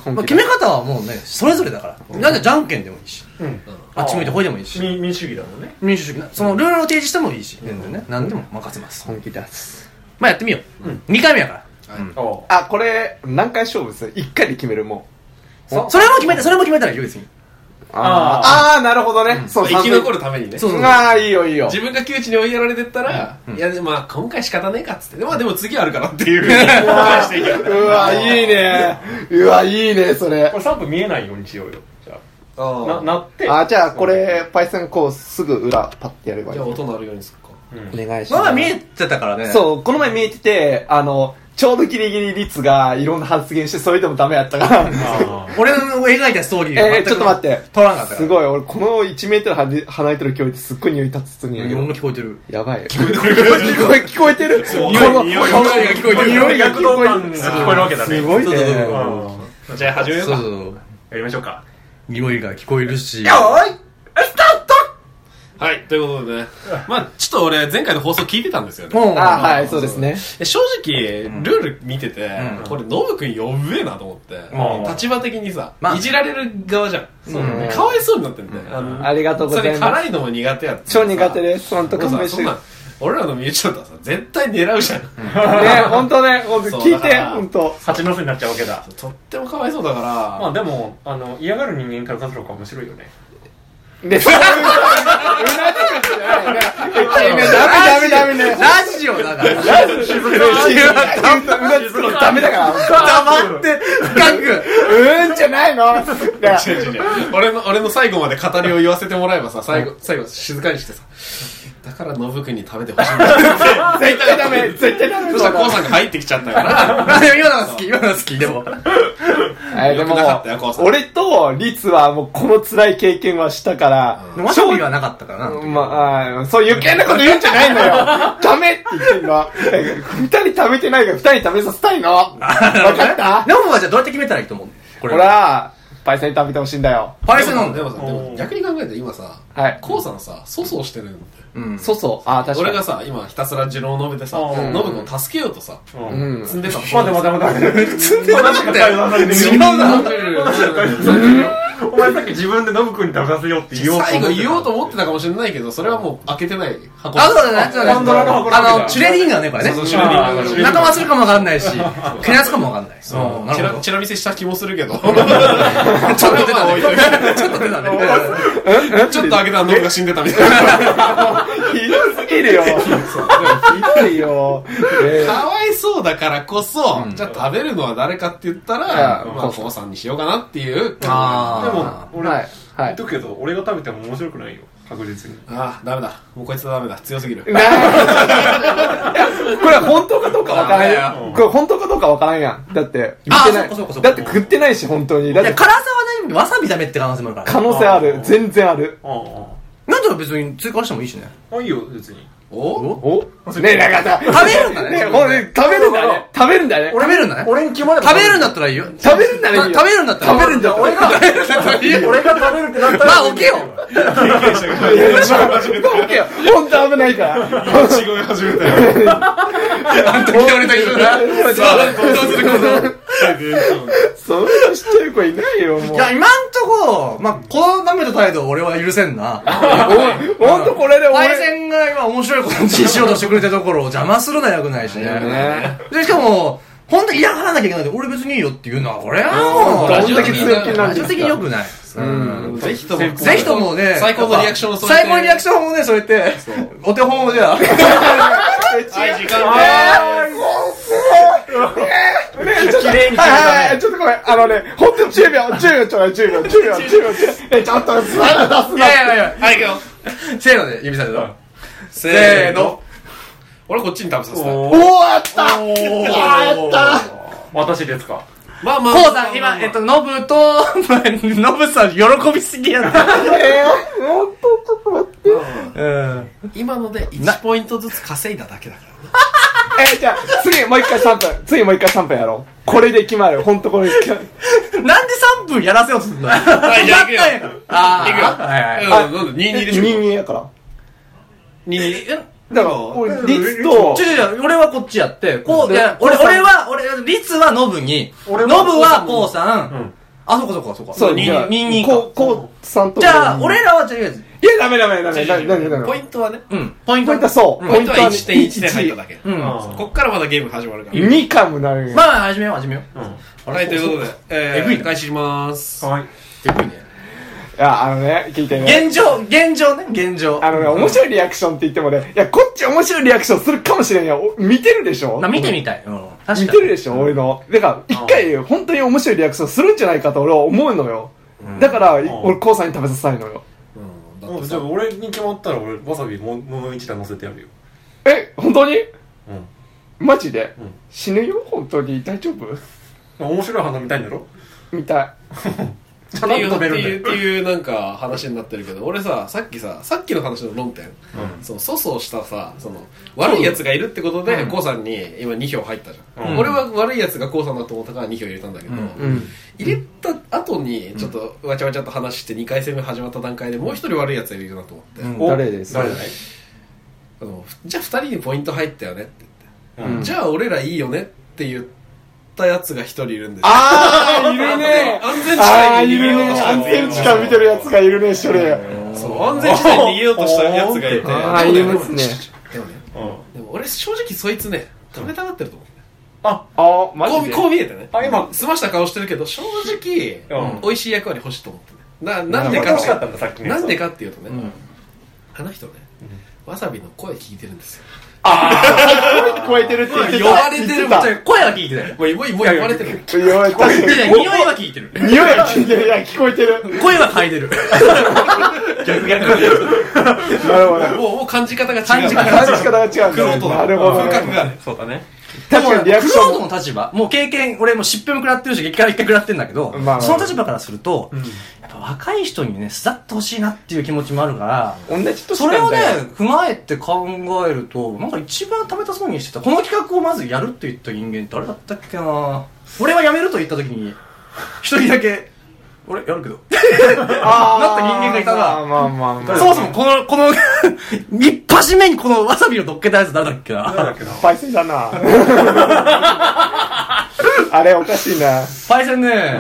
Speaker 2: あ、まあ、決め方はもうねそれぞれだからなんでじゃんけんでもいいし
Speaker 1: うん
Speaker 2: あっち向いてほいでもいいし
Speaker 1: 民民主主義だもんね
Speaker 2: 民主主義なそのルールを提示してもいいし全然ね何でも任せます
Speaker 3: 本気出す。
Speaker 2: まあやってみよう、2回目やから
Speaker 1: お
Speaker 3: あ、これ、何回勝負する ?1 回で決める、も
Speaker 2: そそれも決めてそれも決めたらいいよ別に
Speaker 3: う。あーあー、なるほどね。そう、
Speaker 4: 生き残
Speaker 3: る。
Speaker 4: るためにね
Speaker 2: そうそうそう
Speaker 3: ああ、いいよ、いいよ。
Speaker 4: 自分が窮地に追いやられてったら、いやでもまあ今回仕方ねえかっつってでまあでも次あるからって いう返していける
Speaker 3: うわ、いい ね。うわ、いいね、それ
Speaker 1: こ。れ3分見えないようにしようよじゃあな
Speaker 4: あ
Speaker 1: なって
Speaker 3: あ、じゃあ、これ、パイセンこう、すぐ裏、パッてやればいい。
Speaker 4: じゃあ
Speaker 3: お
Speaker 4: 音鳴るようにするか
Speaker 1: うん
Speaker 3: 願いし
Speaker 2: ま
Speaker 3: ま
Speaker 2: あ
Speaker 3: す。
Speaker 2: まあ見えてたからねう
Speaker 3: そう、この前見えてて、あの、ちょうどギリギリ率がいろんな発言して、それでもダメやったから。
Speaker 2: 俺の描いたストーリー
Speaker 3: えー、ちょっと待って。
Speaker 2: 取らなかった
Speaker 3: すごい、俺この1メートルはり離れてる距離ってすっごい匂い立つつに
Speaker 2: いろんな聞こえてる
Speaker 3: やばい。聞こえてる。聞こえてる。
Speaker 1: そう
Speaker 3: この
Speaker 1: 匂い
Speaker 3: この
Speaker 1: 匂いが
Speaker 4: 聞こえてる
Speaker 3: 匂いが聞
Speaker 1: 躍動
Speaker 3: こえ
Speaker 1: 感
Speaker 3: てる。
Speaker 1: が聞こえるわけだね
Speaker 3: すごい
Speaker 2: そうそうそう
Speaker 3: ね。
Speaker 1: うんじゃあ始めよう
Speaker 2: そう
Speaker 1: か
Speaker 2: そうそう
Speaker 1: やりましょうか
Speaker 2: 匂いが聞こえるし
Speaker 4: はい、ということでね。まあちょっと俺、前回の放送聞いてたんですよね。
Speaker 2: もう
Speaker 3: あ、はい、そうですね。
Speaker 4: で正直、ルール見てて、
Speaker 2: うん
Speaker 4: これ、ノブくん呼ぶえなと思って、
Speaker 2: ん
Speaker 4: 立場的にさ、
Speaker 2: まあ
Speaker 4: いじられる側じゃん。
Speaker 3: そうだね
Speaker 4: かわいそうになってるんだよ。あの
Speaker 3: ありがとうございます
Speaker 4: それ辛いのも苦手やってさ
Speaker 3: 超苦手です。ほんと
Speaker 4: も
Speaker 3: 勘
Speaker 4: うさ
Speaker 3: 弁し
Speaker 4: そ
Speaker 3: て。
Speaker 4: ん
Speaker 3: ね
Speaker 4: なん、俺らの身内だったらさ、絶対狙うじゃん。
Speaker 3: ほんとね、ほんと
Speaker 4: そう
Speaker 3: 聞い
Speaker 4: だか
Speaker 3: て、
Speaker 4: ら
Speaker 3: ほんと。
Speaker 1: 蜂の巣になっちゃうわけだ
Speaker 4: とってもかわいそうだから、
Speaker 1: まあでもあの嫌がる人間から出すのが面白いよね
Speaker 3: で、そううなずくんじゃないね。君ダメダメダメね。
Speaker 2: ラジオだから
Speaker 3: ダメだから。
Speaker 2: 黙って深く
Speaker 3: うーんじゃないの。いや
Speaker 4: 違う違う違う俺の、俺の最後まで語りを言わせてもらえばさ、最後、最後、静かにしてさ、だからノブくんに食べてほしいんだよ
Speaker 3: 絶対ダメ、絶対ダメ
Speaker 4: そしたらコウさんが入ってきちゃったから、
Speaker 2: あでも今のは好き今のは好きでも
Speaker 3: えーで
Speaker 4: 良く
Speaker 3: も
Speaker 4: なかったよコウさ、ん
Speaker 3: 俺とリツはもうこの辛い経験はしたから、
Speaker 2: わさびはなかったからな
Speaker 3: まああー、そう余計なこと言うんじゃないのよ。 ダメって言ってんの。二人食べてないから二人食べさせたいの。わかった
Speaker 2: ノブはじゃあどうやって決めたらいいと思うこ
Speaker 3: ほら、パイセン食べてほしいんだよ。
Speaker 2: パイセンなんだ
Speaker 4: でも
Speaker 2: よ
Speaker 4: さ、でも逆に考えて今さ、
Speaker 3: はい
Speaker 4: コウさんさ、粗相してるんだよ。
Speaker 2: うん
Speaker 3: そうそう。あー、確かに。
Speaker 4: 俺がさ、今ひたすら二郎を述べてさ、
Speaker 1: うん
Speaker 4: ノブ君を助けようとさ、
Speaker 1: う
Speaker 3: うんん。
Speaker 4: 積んでたの。
Speaker 1: 待て待て待て待て
Speaker 2: 積んでなくて違う な
Speaker 1: お前さっき自分でノブ君に食べさせようって言おうと思って
Speaker 4: 最
Speaker 1: た
Speaker 4: 後言おうと思ってたかもしれないけど、それはもう開けてない箱
Speaker 2: あ、そうだね、そうだね。
Speaker 1: パンドラの箱なんだ
Speaker 2: あの、チュレリンガーね、これね。
Speaker 4: そうそうシュレディンガー
Speaker 2: うん仲間するかもわかんないし、けなすかもわかんない。うんな
Speaker 4: チ
Speaker 2: るほ
Speaker 4: ラ
Speaker 2: ど。ち
Speaker 4: チラ見せした気もするけど。ちょ
Speaker 2: ょ
Speaker 4: っ
Speaker 2: っと出
Speaker 4: まあ
Speaker 2: た
Speaker 4: 置
Speaker 2: ね
Speaker 4: いといて。
Speaker 2: ちょっと出たね。
Speaker 4: ちょっと開けたらノブが死んでたみたいな。
Speaker 3: ひどすぎるよ。ひどい よ。えー
Speaker 4: かわいそうだからこそ、じゃあ食べるのは誰かって言ったら、
Speaker 3: うん
Speaker 4: まあ、コウさんにしようかなっていう。
Speaker 1: で
Speaker 2: あ
Speaker 1: も俺、
Speaker 3: はい。は
Speaker 1: 言っ
Speaker 3: い。
Speaker 1: とくけど俺が食べても面白くないよ確実に
Speaker 4: ああ、ダメだ。もうこいつはダメだ。強すぎる。
Speaker 3: ないやこれ本当かどうかわからん
Speaker 4: ダ
Speaker 3: や
Speaker 1: メ
Speaker 3: ん。これ本当かどうかわからんやん。だって、見
Speaker 2: あ
Speaker 3: てな
Speaker 2: そっかそっかそ
Speaker 3: い。
Speaker 2: っか
Speaker 3: だって食ってないし、本当に。だ
Speaker 2: あ。
Speaker 3: っ
Speaker 2: いや、
Speaker 3: て
Speaker 2: 辛さはない、わさびダメって可能性もあるから
Speaker 3: 可
Speaker 2: ね。
Speaker 3: 能性ある
Speaker 1: あ。ー
Speaker 3: 全然ある。
Speaker 1: ああ
Speaker 2: なんとか別に追加してもいいしね。
Speaker 1: あいいよ別に
Speaker 4: お
Speaker 3: おねえ、なんか
Speaker 2: 食べるんだね
Speaker 3: ねほら食べるんだね。食べるんだね。
Speaker 2: 食べるんだね。
Speaker 1: 俺に決まれば
Speaker 2: 食べるんだったらいいよ。
Speaker 3: 食べるんだね。
Speaker 2: た食べるんだったら。
Speaker 3: 食べるんだ
Speaker 1: 俺が俺が食べるってなったら
Speaker 2: まあ、置けよ。
Speaker 3: いやいやまあオッケーよ。本当危ないから。
Speaker 4: 仕事始めたよ。
Speaker 2: あんた嫌われた人だ。さあ、どうすること
Speaker 3: そんな知ってる子いないよ、もう
Speaker 2: い。や、今んとこ、まあ、このダメた態度俺は許せんな。
Speaker 3: お本当これで終わ
Speaker 2: パイセンが今面白いことにしようとしてくれたところを邪魔するのは良くないし
Speaker 3: り
Speaker 2: ね。
Speaker 3: ね。
Speaker 2: で、しかも、本当に嫌がらなきゃいけないんで、俺別にいいよっていうのは、これはもう、
Speaker 3: ど
Speaker 2: ラ
Speaker 3: ん
Speaker 2: ジオ
Speaker 3: だ
Speaker 2: 的
Speaker 3: け
Speaker 2: に
Speaker 3: 強気なん
Speaker 2: ラ
Speaker 3: ですか
Speaker 2: ジオ的に良くない。
Speaker 3: うん。
Speaker 4: ぜひとも、
Speaker 2: ぜひともね、
Speaker 4: 最高のリアクションを添えて
Speaker 2: 最高のリアクションをね、そうやって、お手本をじゃあ、
Speaker 4: はい、時間
Speaker 1: 綺麗に決めた
Speaker 3: はいはいはい、
Speaker 1: ね
Speaker 3: ちょっとごめん。あのね、ほんと10秒、10秒ちょうだい、10秒、10秒、10秒、10秒。え、ちょっと、スライド出す
Speaker 2: い
Speaker 3: な。
Speaker 2: やいやいや、
Speaker 4: はい、行くよ。
Speaker 2: せーので、指させろ。
Speaker 4: せ
Speaker 2: せ
Speaker 4: ー
Speaker 2: ー
Speaker 4: の
Speaker 2: の。
Speaker 4: 俺こっちに食べさせた。
Speaker 1: お
Speaker 3: お
Speaker 1: ー
Speaker 3: ー、やった
Speaker 2: おー
Speaker 3: やった
Speaker 1: 私ですか
Speaker 4: まあまあ。
Speaker 2: こうさん、今、えっと、ノブと、 ノブさん、喜びすぎやな。
Speaker 3: えー、ほんと、ちょっと待って。
Speaker 2: うん。
Speaker 4: 今ので1ポイントずつ稼いだだけだから。
Speaker 3: えー、じゃあ、次もう一回3分。次もう一回3分やろう。これで決まる。ほんとこれで決まる。
Speaker 2: なんで3分やらせようとするんだ
Speaker 4: いじゃあ行くよ
Speaker 2: よ。あー
Speaker 4: 行くよ
Speaker 2: はいはい。
Speaker 4: あ、なんで ?2、2でしょ
Speaker 3: 人間やから。
Speaker 4: 二二え
Speaker 3: だから、俺、率と
Speaker 2: ちょ、ちょちょ、俺はこっちやって、こう、いや、俺、
Speaker 3: こうさん
Speaker 2: 俺は、俺、リツはノブに、ノ
Speaker 1: 俺
Speaker 2: ブ
Speaker 1: は
Speaker 2: はこうさ
Speaker 1: うん
Speaker 2: ん、あ、そこそこそこ。
Speaker 3: そう、
Speaker 2: に
Speaker 3: じゃあ、
Speaker 2: にに
Speaker 3: こう、こう、さんと。
Speaker 2: じゃあ、俺らはとりあえず、
Speaker 3: いや、ダメダメダメダメダメダメ。
Speaker 4: ポ
Speaker 3: ポ
Speaker 4: イ
Speaker 3: イン
Speaker 4: ントはね。
Speaker 2: うん、ポイン
Speaker 3: ト
Speaker 2: ト。
Speaker 3: はそう。
Speaker 4: ポイントは
Speaker 3: ね
Speaker 4: 1.1で入っただけ。
Speaker 2: うん。ま
Speaker 1: あ
Speaker 4: こっからまだゲーム始まるから。
Speaker 3: 2かもなるんや。
Speaker 2: あ、始めよう、始めよう。
Speaker 4: はい、ということで、
Speaker 2: え
Speaker 4: え
Speaker 2: ぐい
Speaker 4: ー、
Speaker 2: な
Speaker 4: 開始します。
Speaker 1: はい
Speaker 3: いや、あのね、聞いてね。
Speaker 2: 現状、現状ね、現状。
Speaker 3: あのね、面白いリアクションって言ってもね、いや、こっち面白いリアクションするかもしれんや。お見てるでしょ
Speaker 2: まあ見てみたい。うん。確かに。
Speaker 3: 見てるでしょ、俺の。だから、一回、本当に面白いリアクションするんじゃないかと俺は思うのよ。だから、
Speaker 1: ん
Speaker 3: 俺、コウさんに食べさせたいのよ。
Speaker 4: うんだっ
Speaker 1: も
Speaker 4: て
Speaker 1: う
Speaker 4: さ
Speaker 1: じゃあ俺に決まったら俺わさびももう一段乗せてやるよ
Speaker 3: え、本当に
Speaker 1: うん
Speaker 3: マジで、
Speaker 1: ん
Speaker 3: 死ぬよ本当に大丈夫
Speaker 1: 面白い花見たいんだろ
Speaker 3: みたい
Speaker 1: ちゃんと飛べるんだ
Speaker 4: って
Speaker 1: よ
Speaker 4: いうっていうなんか話になってるけど俺ささっきささっきの話の論点、その粗相したさその悪いやつがいるってことで k o さんに今2票入ったじゃん、
Speaker 1: うん
Speaker 4: 俺は悪いやつが k o さんだと思ったから2票入れたんだけど、
Speaker 1: うん
Speaker 3: うん
Speaker 4: 入れた後にちょっとわちゃわちゃっと話して2回戦目始まった段階でもう一人悪いやつがいるなと思って、
Speaker 2: うん
Speaker 1: お
Speaker 3: 誰です
Speaker 1: 誰
Speaker 4: あのじゃあ2人にポイント入ったよねって言って
Speaker 1: う
Speaker 3: うん
Speaker 1: ん
Speaker 4: じゃあ俺らいいよねって言ったやつが一人いるんですよ
Speaker 3: ああいるね
Speaker 4: 安全地
Speaker 3: ああい
Speaker 4: 帯に逃げ
Speaker 3: る
Speaker 4: よう
Speaker 3: ね
Speaker 4: とした
Speaker 3: 安
Speaker 4: やつがい
Speaker 3: 全地下見てるやつがいるねそれ
Speaker 4: そう安全地帯に逃げようとしたやつがいて
Speaker 3: ああい
Speaker 4: でもね
Speaker 3: ますね
Speaker 4: でもねでも俺正直そいつね食べたがってると思う
Speaker 1: あ
Speaker 3: ああマ
Speaker 4: こ
Speaker 3: ジ
Speaker 4: う
Speaker 3: で
Speaker 4: こう見えてね
Speaker 1: あ今
Speaker 4: 済ました顔してるけど正直、
Speaker 1: うん
Speaker 4: 美味しい役割欲しいと思ってねな
Speaker 1: な
Speaker 4: なんん
Speaker 1: で
Speaker 4: で
Speaker 1: か
Speaker 4: か
Speaker 1: しか
Speaker 4: っ
Speaker 1: ったんださっき
Speaker 4: て
Speaker 1: の
Speaker 4: な
Speaker 1: やつ
Speaker 4: んでかっていうとね、
Speaker 2: ん
Speaker 4: あの人ね、わさびの声聞いてるんですよ
Speaker 3: 声聞こえてるって言ってた
Speaker 4: 呼ばれてるみたい
Speaker 3: 言
Speaker 4: な
Speaker 2: 声は聞いてない
Speaker 4: もうもうもう呼ばれてる
Speaker 3: ってた言われた
Speaker 2: いやいや匂いは聞いてる
Speaker 3: 匂いが聞いてるいや聞こえてる
Speaker 2: 声は嗅いでる
Speaker 1: 逆逆
Speaker 3: なるほど
Speaker 4: もうもう感じ方が違う
Speaker 2: 感じ方
Speaker 3: 話し方が違うんだ
Speaker 4: 玄
Speaker 3: ね
Speaker 4: 人だ
Speaker 3: なるほど
Speaker 4: 風格
Speaker 3: ね
Speaker 4: がね
Speaker 1: そうだね
Speaker 3: 確かにリアクションも
Speaker 2: クロードの立場、もう経験、俺もう疾病も食らってるし、激辛一回食らってるんだけど、
Speaker 3: まあまあ
Speaker 2: その立場からすると、やっぱ若い人にね、巣立ってほしいなっていう気持ちもあるから、
Speaker 3: 同じ年
Speaker 2: それ
Speaker 3: な
Speaker 2: を
Speaker 3: ん
Speaker 2: ね
Speaker 3: だよ、
Speaker 2: 踏まえて考えると、なんか一番食べたそうにしてた、この企画をまずやるって言った人間誰だったっけな俺はやめると言った時に、一人だけ、俺やるけど。
Speaker 3: あ
Speaker 2: なった人間がいたな
Speaker 3: まあまあまあまあ
Speaker 2: そもそもこの、この、一発目にこのわさびを乗っけたやつ誰だっけな
Speaker 1: だけど
Speaker 3: パイセンだな あれおかしいな
Speaker 2: パイセンね、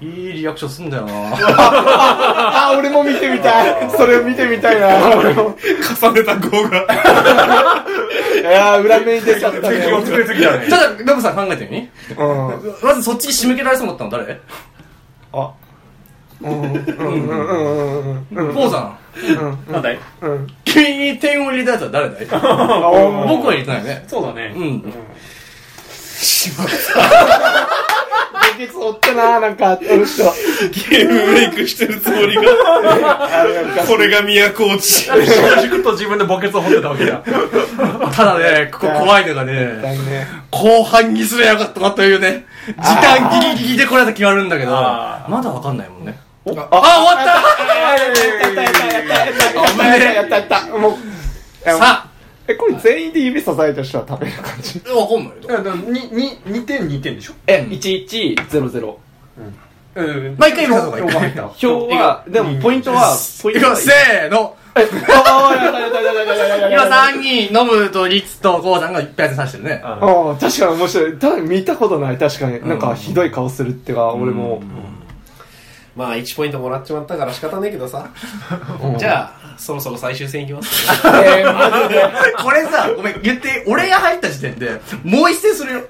Speaker 2: いいリアクションすんだよな
Speaker 3: あ俺も見てみたいそれを見てみたいな俺も
Speaker 4: 重ねた号が
Speaker 3: いやー裏目に出ちゃったね
Speaker 1: 敵を作りすぎだね
Speaker 2: ただ、ガブさん考えてみ
Speaker 3: うん
Speaker 2: まずそっちに仕向けられそうだったの誰
Speaker 3: あうんうんうんうんうん
Speaker 2: ポーさ
Speaker 1: なんだい
Speaker 3: うん
Speaker 2: ん。君に点を入れたやつは誰だい
Speaker 3: あ
Speaker 2: 僕は入れてないよね。
Speaker 1: そうだね
Speaker 2: うん。
Speaker 3: 解決追ってななんかある人
Speaker 4: ゲ ームメイクしてるつもりが
Speaker 3: あれなんか
Speaker 4: これが都落ち
Speaker 1: 粛々と自分で墓穴を掘ってたわけだ
Speaker 2: ただね、ここ怖いのがね、
Speaker 3: ね
Speaker 2: 後半にすればよかったなというね、時間ギリギリでこれだ決まるんだけど、
Speaker 1: あ
Speaker 2: まだわかんないもんね。
Speaker 3: あやったやったやったやったやったやったやったやったもう
Speaker 2: さあ
Speaker 3: えこれ全員で指さされた人は食べる感じ
Speaker 2: わかんないよ。
Speaker 1: 2点2点でしょ
Speaker 3: え1100
Speaker 1: うん
Speaker 2: 毎回言うのがいい
Speaker 1: 票入った
Speaker 3: 表はでもポイントはポイン
Speaker 2: い
Speaker 3: ト
Speaker 2: や
Speaker 3: は
Speaker 2: せーの今3人、ノブとリツとコウさんがいっぱいやつさしてるね。
Speaker 1: あ
Speaker 3: ああ確かに面白いただ見たことない確かになんかひどい顔するってか俺も
Speaker 4: まあ1ポイントもらっちまったから仕方ねえけどさじゃあそろそろ最終戦いきますか
Speaker 3: えーマジで
Speaker 2: これさ、ごめん、言って、俺が入った時点で、もう一戦するよ。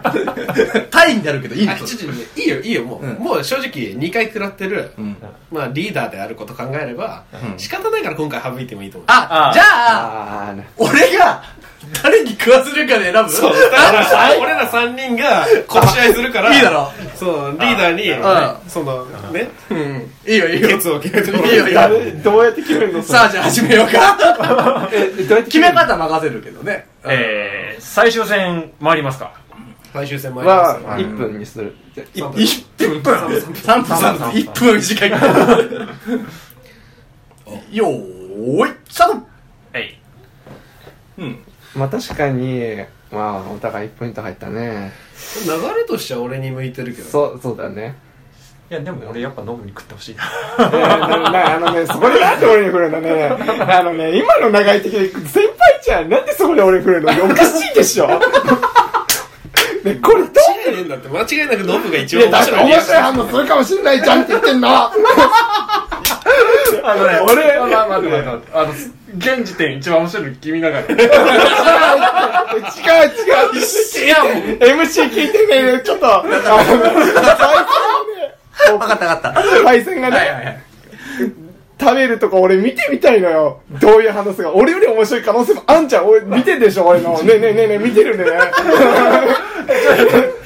Speaker 2: タイになるけど、いい
Speaker 4: あ
Speaker 2: の
Speaker 4: ちょちょちょいいよいいよも
Speaker 2: う
Speaker 4: う、
Speaker 2: ん
Speaker 4: もう正直2回食らってる、
Speaker 2: ん
Speaker 4: まあリーダーであること考えれば、仕方ないから今回省いてもいいと思う
Speaker 2: あ、じゃあ、
Speaker 3: あーな
Speaker 2: 俺が、誰に食わせるかで選ぶ
Speaker 4: そうだからさ 俺ら3人が殺し合いするから
Speaker 2: いいだろ。
Speaker 4: そうリーダーに、
Speaker 2: あ
Speaker 4: そのね
Speaker 2: うん。いいよ、いいよ。
Speaker 4: ケツを決めてもらう
Speaker 2: いいよいいよ
Speaker 3: 誰どうやって決めるのそれ
Speaker 2: さあ、じゃあ始めようか。
Speaker 3: えどうやって
Speaker 2: 決
Speaker 3: る
Speaker 2: め
Speaker 3: の
Speaker 2: 方任せるけどね。
Speaker 1: えー最終戦参りますか
Speaker 4: 最終戦もあり
Speaker 3: は
Speaker 4: ます
Speaker 3: 1分にする
Speaker 4: 3分
Speaker 1: 1分
Speaker 2: 3分3分。1分は短い。 よーい、スタート
Speaker 1: はい
Speaker 2: うん。
Speaker 3: まあ確かにまあお互い1ポイント入ったね
Speaker 4: 流れとしては俺に向いてるけど
Speaker 3: そうそうだね
Speaker 1: いやでも俺やっぱノブに食ってほしいな
Speaker 3: えーななあのねそこでなんで俺に振るのねあのね今の流れ的に先輩ちゃんなんでそこで俺に振るのおかしいでしょねこれどう
Speaker 4: 間違いねえんだって間違いなくノブが一
Speaker 3: い
Speaker 4: 番
Speaker 3: や、だ
Speaker 4: 面
Speaker 3: って
Speaker 4: 白い
Speaker 3: 面白い反応するかもしんないじゃんって言ってんの
Speaker 1: あのね
Speaker 3: 俺
Speaker 1: あまあ待って待って待ってあの現時点一番面白い君だから
Speaker 3: 違う違
Speaker 2: いや、もう。
Speaker 3: う MC 聞いてね、ちょっと、あの、
Speaker 2: 分かった分かった。
Speaker 3: 対戦がね、
Speaker 2: はいはいはい。
Speaker 3: 食べるとこ俺見てみたいのよ。どういう話が。俺より面白い可能性もあんじゃん。俺見てんでしょ、俺の。ねえねえねえねえ、見てるね。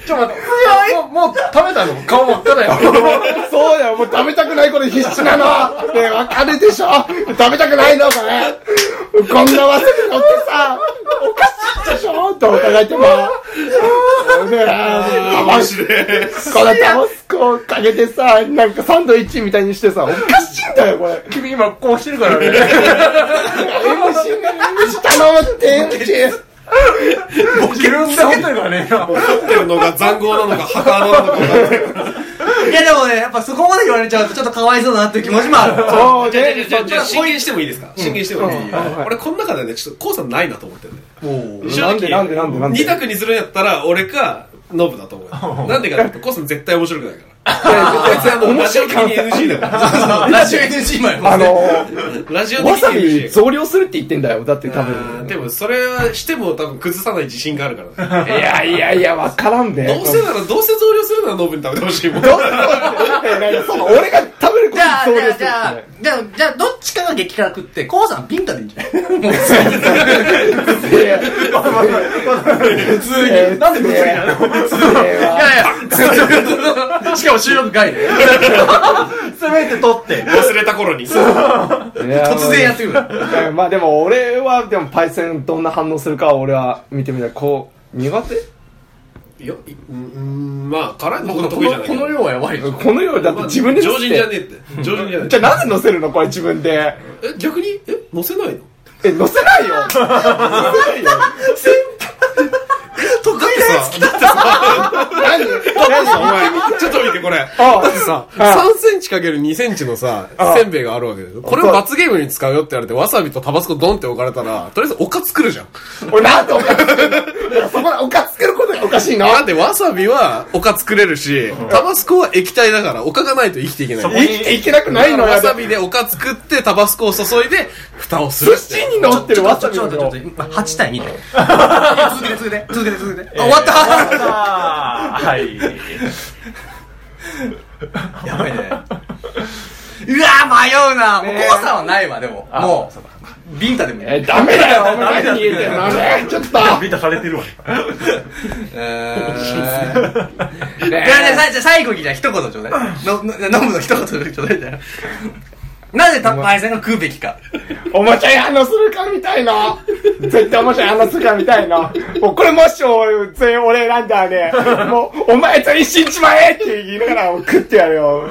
Speaker 1: ちょっと待っていやもうもう食べたの顔真っ赤だ よ
Speaker 3: そうだよ、もう食べたくないこれ必死なの。ねえ、わかるでしょ食べたくないの、これ。こんな忘れのってさ、おかしいちょっとお互いとも、ねえ、
Speaker 4: 面白い。
Speaker 3: このタバスコをかけてさ、なんかサンドイッチみたいにしてさ、おかしいんだよ、これ。
Speaker 1: 君今こうしてるからね
Speaker 3: MC が MC 頼むって、MC。
Speaker 1: ボケるんだ本当にね
Speaker 4: 撮ってるのが残酷 なのか、墓穴なのか分かんない。
Speaker 2: いやでもね、やっぱそこまで言われちゃうとちょっとかわいそうだなっていう気持ちもある。
Speaker 3: そう
Speaker 4: じゃあじゃ
Speaker 3: ね
Speaker 4: あじゃあじゃあ進言してもいいですか進言してもいい、
Speaker 3: うんはい
Speaker 4: 俺この中でねちょっとコウさんないなと思ってるね正直
Speaker 3: なんでなんでなんでなんで
Speaker 4: 二択にするんやったら俺かノブだと思うなんでかっていうとコウさん絶対面白くない から絶対もうラジオ的に NG だから
Speaker 2: ラジオ NG もや
Speaker 3: あ
Speaker 2: もん
Speaker 3: の
Speaker 2: ね。、
Speaker 4: ラジオ的
Speaker 3: わさび
Speaker 4: に NG
Speaker 3: 増量するって言ってんだよ、だって多
Speaker 4: あー
Speaker 3: 分。
Speaker 4: でもそれはしても多分崩さない自信があるから
Speaker 3: いやいやいや、わからんで。
Speaker 4: ねどうせならどうせ増量するならノブに食べてほしいもん
Speaker 3: どうせなんかその俺が食べるこ
Speaker 2: じゃあ、
Speaker 3: と
Speaker 2: じ
Speaker 3: に増量
Speaker 2: ゃあ、
Speaker 3: す
Speaker 2: じ
Speaker 3: る
Speaker 2: ゃ
Speaker 3: っ
Speaker 2: あ
Speaker 3: て、
Speaker 2: じゃあ、じゃあ、どっちかが激辛食って、コウさんピンタでいいんじゃない もう、
Speaker 3: ね。いや
Speaker 2: 普通に。なんで普通になのいやいや、しかも収録外で。
Speaker 1: せめて取って
Speaker 4: 忘れた頃に
Speaker 2: 突然やってくる。
Speaker 3: えーまあでも俺はでもパイセンどんな反応するかは俺は見てみたいこう苦手
Speaker 4: いやうんうんまあ辛いの
Speaker 2: こ
Speaker 4: 得意じゃないけど
Speaker 2: の量はやばいよ。
Speaker 3: このようにだって自分で乗
Speaker 4: 常
Speaker 3: せ
Speaker 4: 人じゃね
Speaker 3: て
Speaker 4: えって常人じゃね
Speaker 3: じゃあなんで乗せるのこれ自分で
Speaker 4: ええ逆にえ乗せないの
Speaker 3: え乗せないよ乗せないよ
Speaker 4: 得意だよ
Speaker 3: 何
Speaker 4: お前、ちょっと見てこれ。
Speaker 3: あ
Speaker 4: だってさ、
Speaker 3: あ
Speaker 4: 3センチかける2センチのさ、
Speaker 3: あ
Speaker 4: せんべいがあるわけでしょ。これを罰ゲームに使うよって言われて、わさびとタバスコドンって置かれたら、とりあえずおか作るじゃん。
Speaker 3: 俺なんでおかつけるのいやそこでおかつけることがおかしいな
Speaker 4: だってわさびはおか作れるし、タバスコは液体だから、おかがないと生きていけない。
Speaker 1: そこ
Speaker 4: だ
Speaker 1: に
Speaker 3: 生きていけなくない
Speaker 4: から
Speaker 3: の
Speaker 4: わ
Speaker 3: よ
Speaker 4: さびでおか作って、タバスコを注いで、蓋をす
Speaker 3: 寿
Speaker 4: るって。
Speaker 3: 司に乗ってるわさび
Speaker 2: ちょ
Speaker 3: の
Speaker 2: っとちょっとち
Speaker 3: 量
Speaker 2: ょっと8対2で続けて続けて続けて続けてあ終わった
Speaker 1: はい
Speaker 2: やばいねうわー迷うなもう
Speaker 3: ねえ
Speaker 2: コウさんはないわでも
Speaker 1: あ
Speaker 2: も
Speaker 1: そうか
Speaker 2: うビンタでもいい
Speaker 3: えダメだよお前
Speaker 1: ダ
Speaker 3: 何
Speaker 1: メ
Speaker 3: 言え
Speaker 1: だ
Speaker 3: て
Speaker 1: よ
Speaker 3: んのねちょっと
Speaker 1: ビタされてるわ
Speaker 2: えーじゃあねさじゃあ最後にじゃあ一言ちょうだいのの飲むの一言ちょうだいじゃあなぜタッパイセンを食うべきか
Speaker 3: 面白い話するかみたいな絶対面白い話するかみたいなもうこれもし俺全員俺選んだらねもうお前と一死んじまえって言いながら食ってやるよ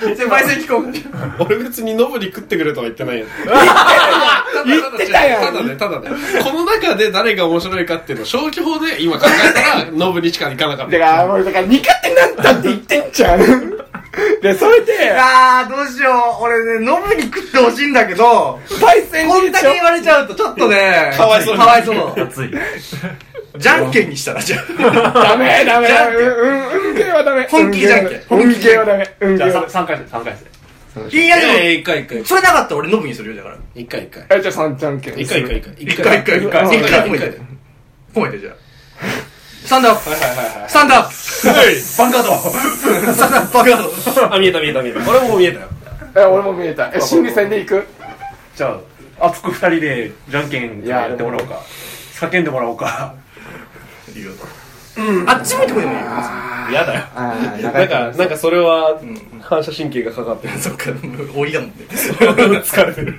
Speaker 2: 先輩セン聞こう
Speaker 4: 俺別にノブに食ってくれとは言ってないよ。
Speaker 3: 言ってたやん
Speaker 4: ただね、ただね。この中で誰が面白いかっていうのを消去法で今考えた ら、ノブにしか行かなかっ
Speaker 3: だか
Speaker 4: た。
Speaker 3: ら俺だから苦手なんだって言ってんじゃんでそれで
Speaker 2: あーどうしよう俺ね飲むに食ってほしいんだけど
Speaker 3: パイセン
Speaker 2: こんだけ言われちゃうとちょっとね
Speaker 4: かわいそう
Speaker 2: かわいそう
Speaker 1: 熱い
Speaker 2: じゃんけんにしたらじゃ
Speaker 3: ダ
Speaker 2: あ
Speaker 3: メダメダメうんうん系はダメ
Speaker 2: 本気じゃんけん
Speaker 3: 本気系はダメう ん
Speaker 1: じ
Speaker 3: 系
Speaker 1: ゃあ
Speaker 3: はダ
Speaker 1: さ三回戦三回戦
Speaker 2: いやでも
Speaker 4: 一回一回。
Speaker 2: それなかったら俺ノブにするよ、だから。
Speaker 4: 一回一回。
Speaker 3: メえじゃあ三じゃんけん
Speaker 4: 一回一回一回。
Speaker 2: 一回一回一回。一回褒めて。褒めて、じゃあ。スタンドアップスタンドアップバンカードスタンドアップバンカード
Speaker 4: あ、見えた見えた見えた。俺ももう見えたよ。
Speaker 3: え俺も見えたえ心理戦でいく
Speaker 1: じゃあ熱く二人でじゃんけん
Speaker 3: いや
Speaker 1: やってもらおうか叫んでもらおうか
Speaker 2: あっち向いてこいでもいいよ。
Speaker 4: 嫌だよ。
Speaker 3: ああ
Speaker 4: なんか、なんかそれは、反射神経がかかってる。
Speaker 2: そっか、おいだもんね。
Speaker 4: 疲れてる。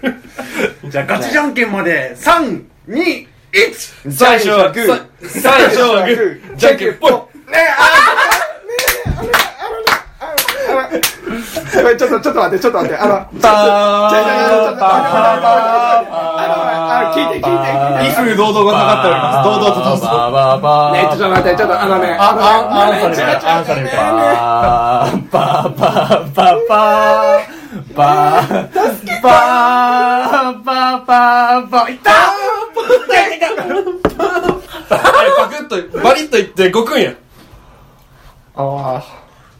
Speaker 1: じゃあガチじゃんけんまで三二一
Speaker 3: 最初はグー最初はグーじゃんけんぽいねえあのねあのねあのねあのねちょっとちょっと待ってちょっと待ってあのちょっとちょっとあの聞いて聞いて聞いて
Speaker 4: 威風堂々がかかっております。堂々とどうぞ。
Speaker 3: ねちょっと待ってちょっとあのねあのねちょっと
Speaker 1: あんされるか
Speaker 4: パクッと、バリッといって、悟空や。
Speaker 3: あ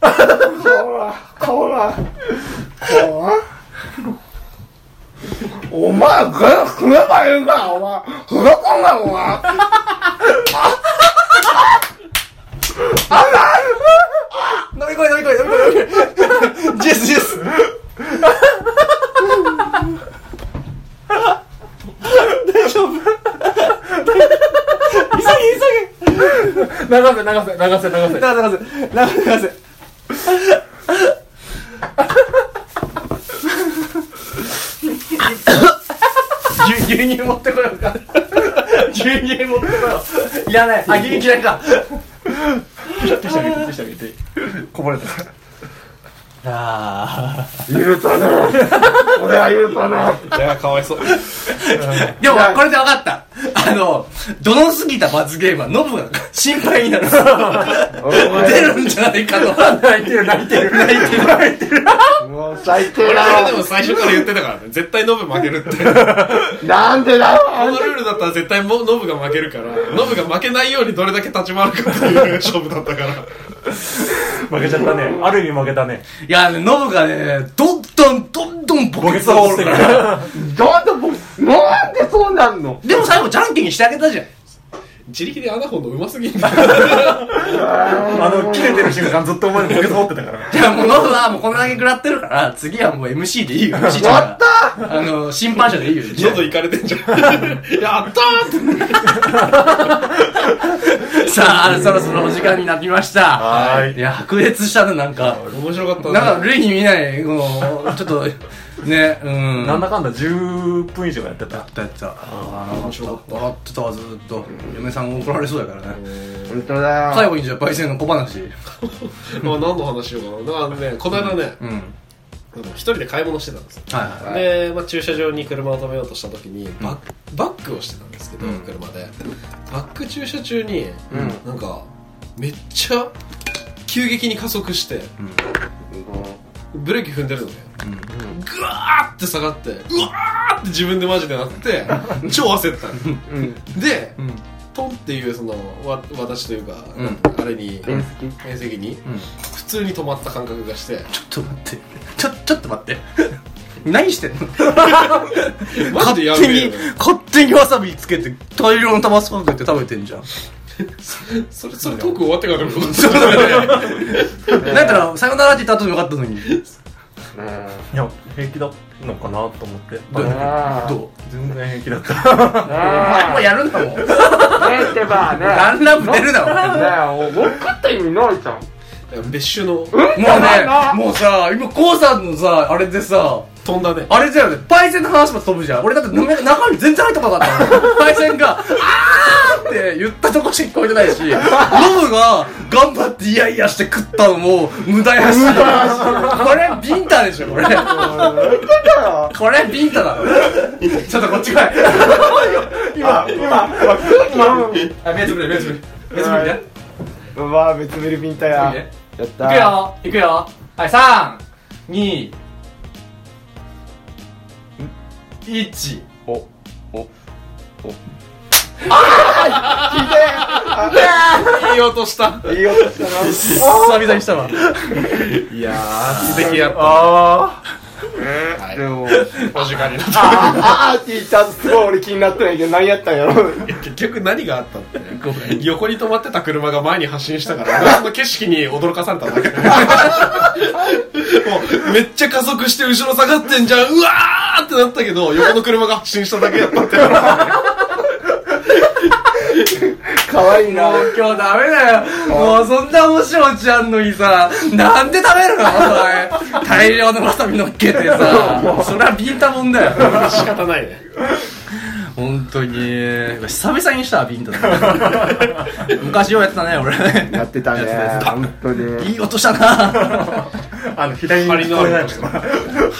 Speaker 3: あこらこらこらお前これ食えばいいかお前ふざこんなお前
Speaker 2: 飲み込み飲み込み飲み込み。ジェスジェス。
Speaker 1: 流せ流せ流せ流せ
Speaker 2: 流せ流せ流せ。
Speaker 1: 牛乳持ってこようか
Speaker 2: 牛乳持ってこよういらないあ牛乳嫌いか
Speaker 1: ピッてしてあげてピッてしてあげてこぼれたから
Speaker 2: あ
Speaker 3: 言うたね。俺は言うたね。
Speaker 4: いやかわいそう
Speaker 2: ーでもこれで分かったあの泥すぎた罰ゲームはノブが心配になる出るんじゃないかと
Speaker 1: 泣いてる泣いてる泣いてる泣いてる
Speaker 3: もう最低
Speaker 4: 俺は
Speaker 3: だ
Speaker 4: でも
Speaker 3: よ。
Speaker 4: 最初から言ってたからね絶対ノブ負けるってこ
Speaker 3: なんでだよ。
Speaker 4: のルールだったら絶対もノブが負けるからノブが負けないようにどれだけ立ち回るかっていう勝負だったから
Speaker 1: 負けちゃったねある意味負けたね
Speaker 2: いやねノブがねどんどんどんどんボケそう
Speaker 1: ボケそうしてく
Speaker 3: なんで僕、なんでそうなんの
Speaker 2: でも最後じゃんけんにしてあげたじゃん
Speaker 4: 自力で穴掘るのうますぎんだよ
Speaker 1: あの切れてる瞬間ずっとお前にボケそうってたから
Speaker 2: じゃあもうノブはもうこんだけ食らってるから次はもう MC でいいよ MC じゃ
Speaker 3: や
Speaker 2: な
Speaker 3: っ
Speaker 2: い
Speaker 3: た
Speaker 2: あの審判者でいいよ
Speaker 4: 喉いかれてん じゃんやったーって
Speaker 2: さあそろそろお時間になりました
Speaker 1: はーい
Speaker 2: いや白熱したねなんか
Speaker 4: 面白かった
Speaker 2: なんか類に見ないこのちょっとねうん
Speaker 1: なんだかんだ10分以上やって
Speaker 2: や
Speaker 1: た
Speaker 2: ったやったあーちょっと笑ってたわずーっと嫁さん怒られそうだからね
Speaker 3: 本当だよ。
Speaker 2: 最後にじゃあ焙煎の小話
Speaker 4: まあ何の話しようかな。だからね、この間ね、
Speaker 2: うんはい
Speaker 4: あの一人で買い物してたんですよ。
Speaker 2: は
Speaker 4: で、まあ、駐車場に車を止めようとした時にバッ,、
Speaker 2: うん
Speaker 4: バックをしてたんですけど、
Speaker 2: うん
Speaker 4: 車でバック駐車中に、
Speaker 3: うん
Speaker 4: なんかめっちゃ急激に加速してブレーキ踏んでるのね、ぐわーって下がってうわーって自分でマジでなって超焦ったの
Speaker 3: うん。
Speaker 4: で、
Speaker 2: いうん
Speaker 4: トンっていうそのわ私というか、
Speaker 2: うん
Speaker 4: あれに
Speaker 3: 便好き。
Speaker 4: 面積に
Speaker 2: うん
Speaker 4: 普通に止まった感覚がして
Speaker 2: ちょっと待って。ちょ、ちょっと待って。 何してんの
Speaker 4: マジでや
Speaker 2: 勝
Speaker 4: べ
Speaker 2: 手
Speaker 4: え
Speaker 2: に
Speaker 4: よ、
Speaker 2: 勝手にわさびつけて、大量のタバスコかけて食べてんじゃん。
Speaker 4: それそれトーク終わって からでも
Speaker 2: だったら、さよならって言った後でよかったのに。
Speaker 1: いや平気だったのかなと思って
Speaker 2: どう
Speaker 3: あ
Speaker 2: どう
Speaker 1: 全然平気だった
Speaker 3: あ。
Speaker 2: もうやるんだもん。
Speaker 3: ねえってばね。
Speaker 2: ランランプ出るだろ。
Speaker 3: ねえ、分かった意味ないじゃん。
Speaker 4: 別種の
Speaker 2: もうね
Speaker 3: な、
Speaker 2: もうさ、今、コウさんのさ、あれでさ、
Speaker 4: 飛んだね
Speaker 2: あれだよね、パイセンの話も飛ぶじゃん。俺だって中中身全然入ってこなかった の。パイセンが、あーって言ったとこしか聞こえて ないし、ノブが頑張ってイヤイヤして食ったのも無駄 やし、これビンタでしょ、これ。これビンタだろ。ちょっとこっち来い。
Speaker 3: 今、今、
Speaker 2: あ、目つぶれ、目つぶれ。目つぶれね。
Speaker 3: うわ別メルピンタや。やった。
Speaker 2: いくよ、いくよ。はい、三、二、一。
Speaker 4: 言い落とした
Speaker 3: いいよ。
Speaker 2: 久々にしたわ。
Speaker 4: いやー素敵やった
Speaker 3: ああ。でも、
Speaker 4: お時間になっ
Speaker 3: ああって言ったすごい俺気になってないけど、何やったんやろ。
Speaker 4: た結局何があったって横に止まってた車が前に発進したからその景色に驚かされただけもうめっちゃ加速して後ろ下がってんじゃんうわーってなったけど横の車が発進しただけやったって
Speaker 3: かわいいな。
Speaker 2: 今日ダメだよ。もうそんな面白いちゃんのにさ、なんで食べるのお前。大量のわさび乗っけてさ、それはビンタもんだよ。
Speaker 4: 仕方ないね
Speaker 2: 本当に。久々にしたわ、ビンタだ。昔ようやってたね、俺。
Speaker 3: やってたね。本当に。
Speaker 2: いい音したな。
Speaker 1: あの左に
Speaker 4: 張り
Speaker 1: 聞
Speaker 4: のあ
Speaker 1: こえ
Speaker 4: る
Speaker 1: ない
Speaker 4: 音した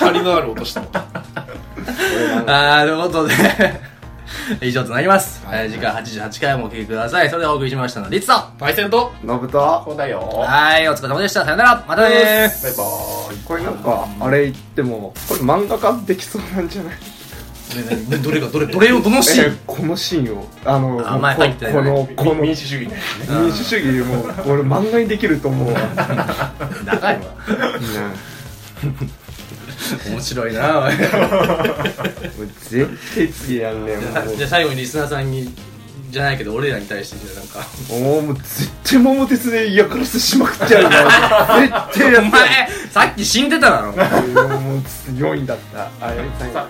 Speaker 4: 張りのある音した
Speaker 2: あー、ということで。以上となります。はい、次回88回もお聞きください。それではお送りしましたのは、リッツと。
Speaker 4: パイセンと
Speaker 3: のぶと。
Speaker 1: だよ
Speaker 2: はい、お疲れ様でした。さよなら。またねー。
Speaker 1: バイバーイ
Speaker 3: これなんか、あれ言っても、これ漫画化できそうなんじゃない
Speaker 2: ねどれが、どれ、どれを、どのシーン
Speaker 3: えこのシーンをあの
Speaker 2: あ前
Speaker 3: こ
Speaker 2: 入ってないよ
Speaker 3: この
Speaker 2: ね
Speaker 3: この
Speaker 1: 民
Speaker 3: 民主
Speaker 1: 主主義ね
Speaker 3: 主義も俺漫画にできると思うわ、ね、
Speaker 2: 長いわ。面白いなお
Speaker 3: もう
Speaker 2: い
Speaker 3: 絶対次やんね
Speaker 2: じゃあ最後にリスナーさんにじゃないけど俺らに対してじゃあなんか
Speaker 3: もうもうもう絶対桃鉄で嫌からせしまくっちゃうな 絶対や
Speaker 2: お
Speaker 3: っ
Speaker 2: 前さっき死んでただろ
Speaker 3: たもう4位だったあやりたいな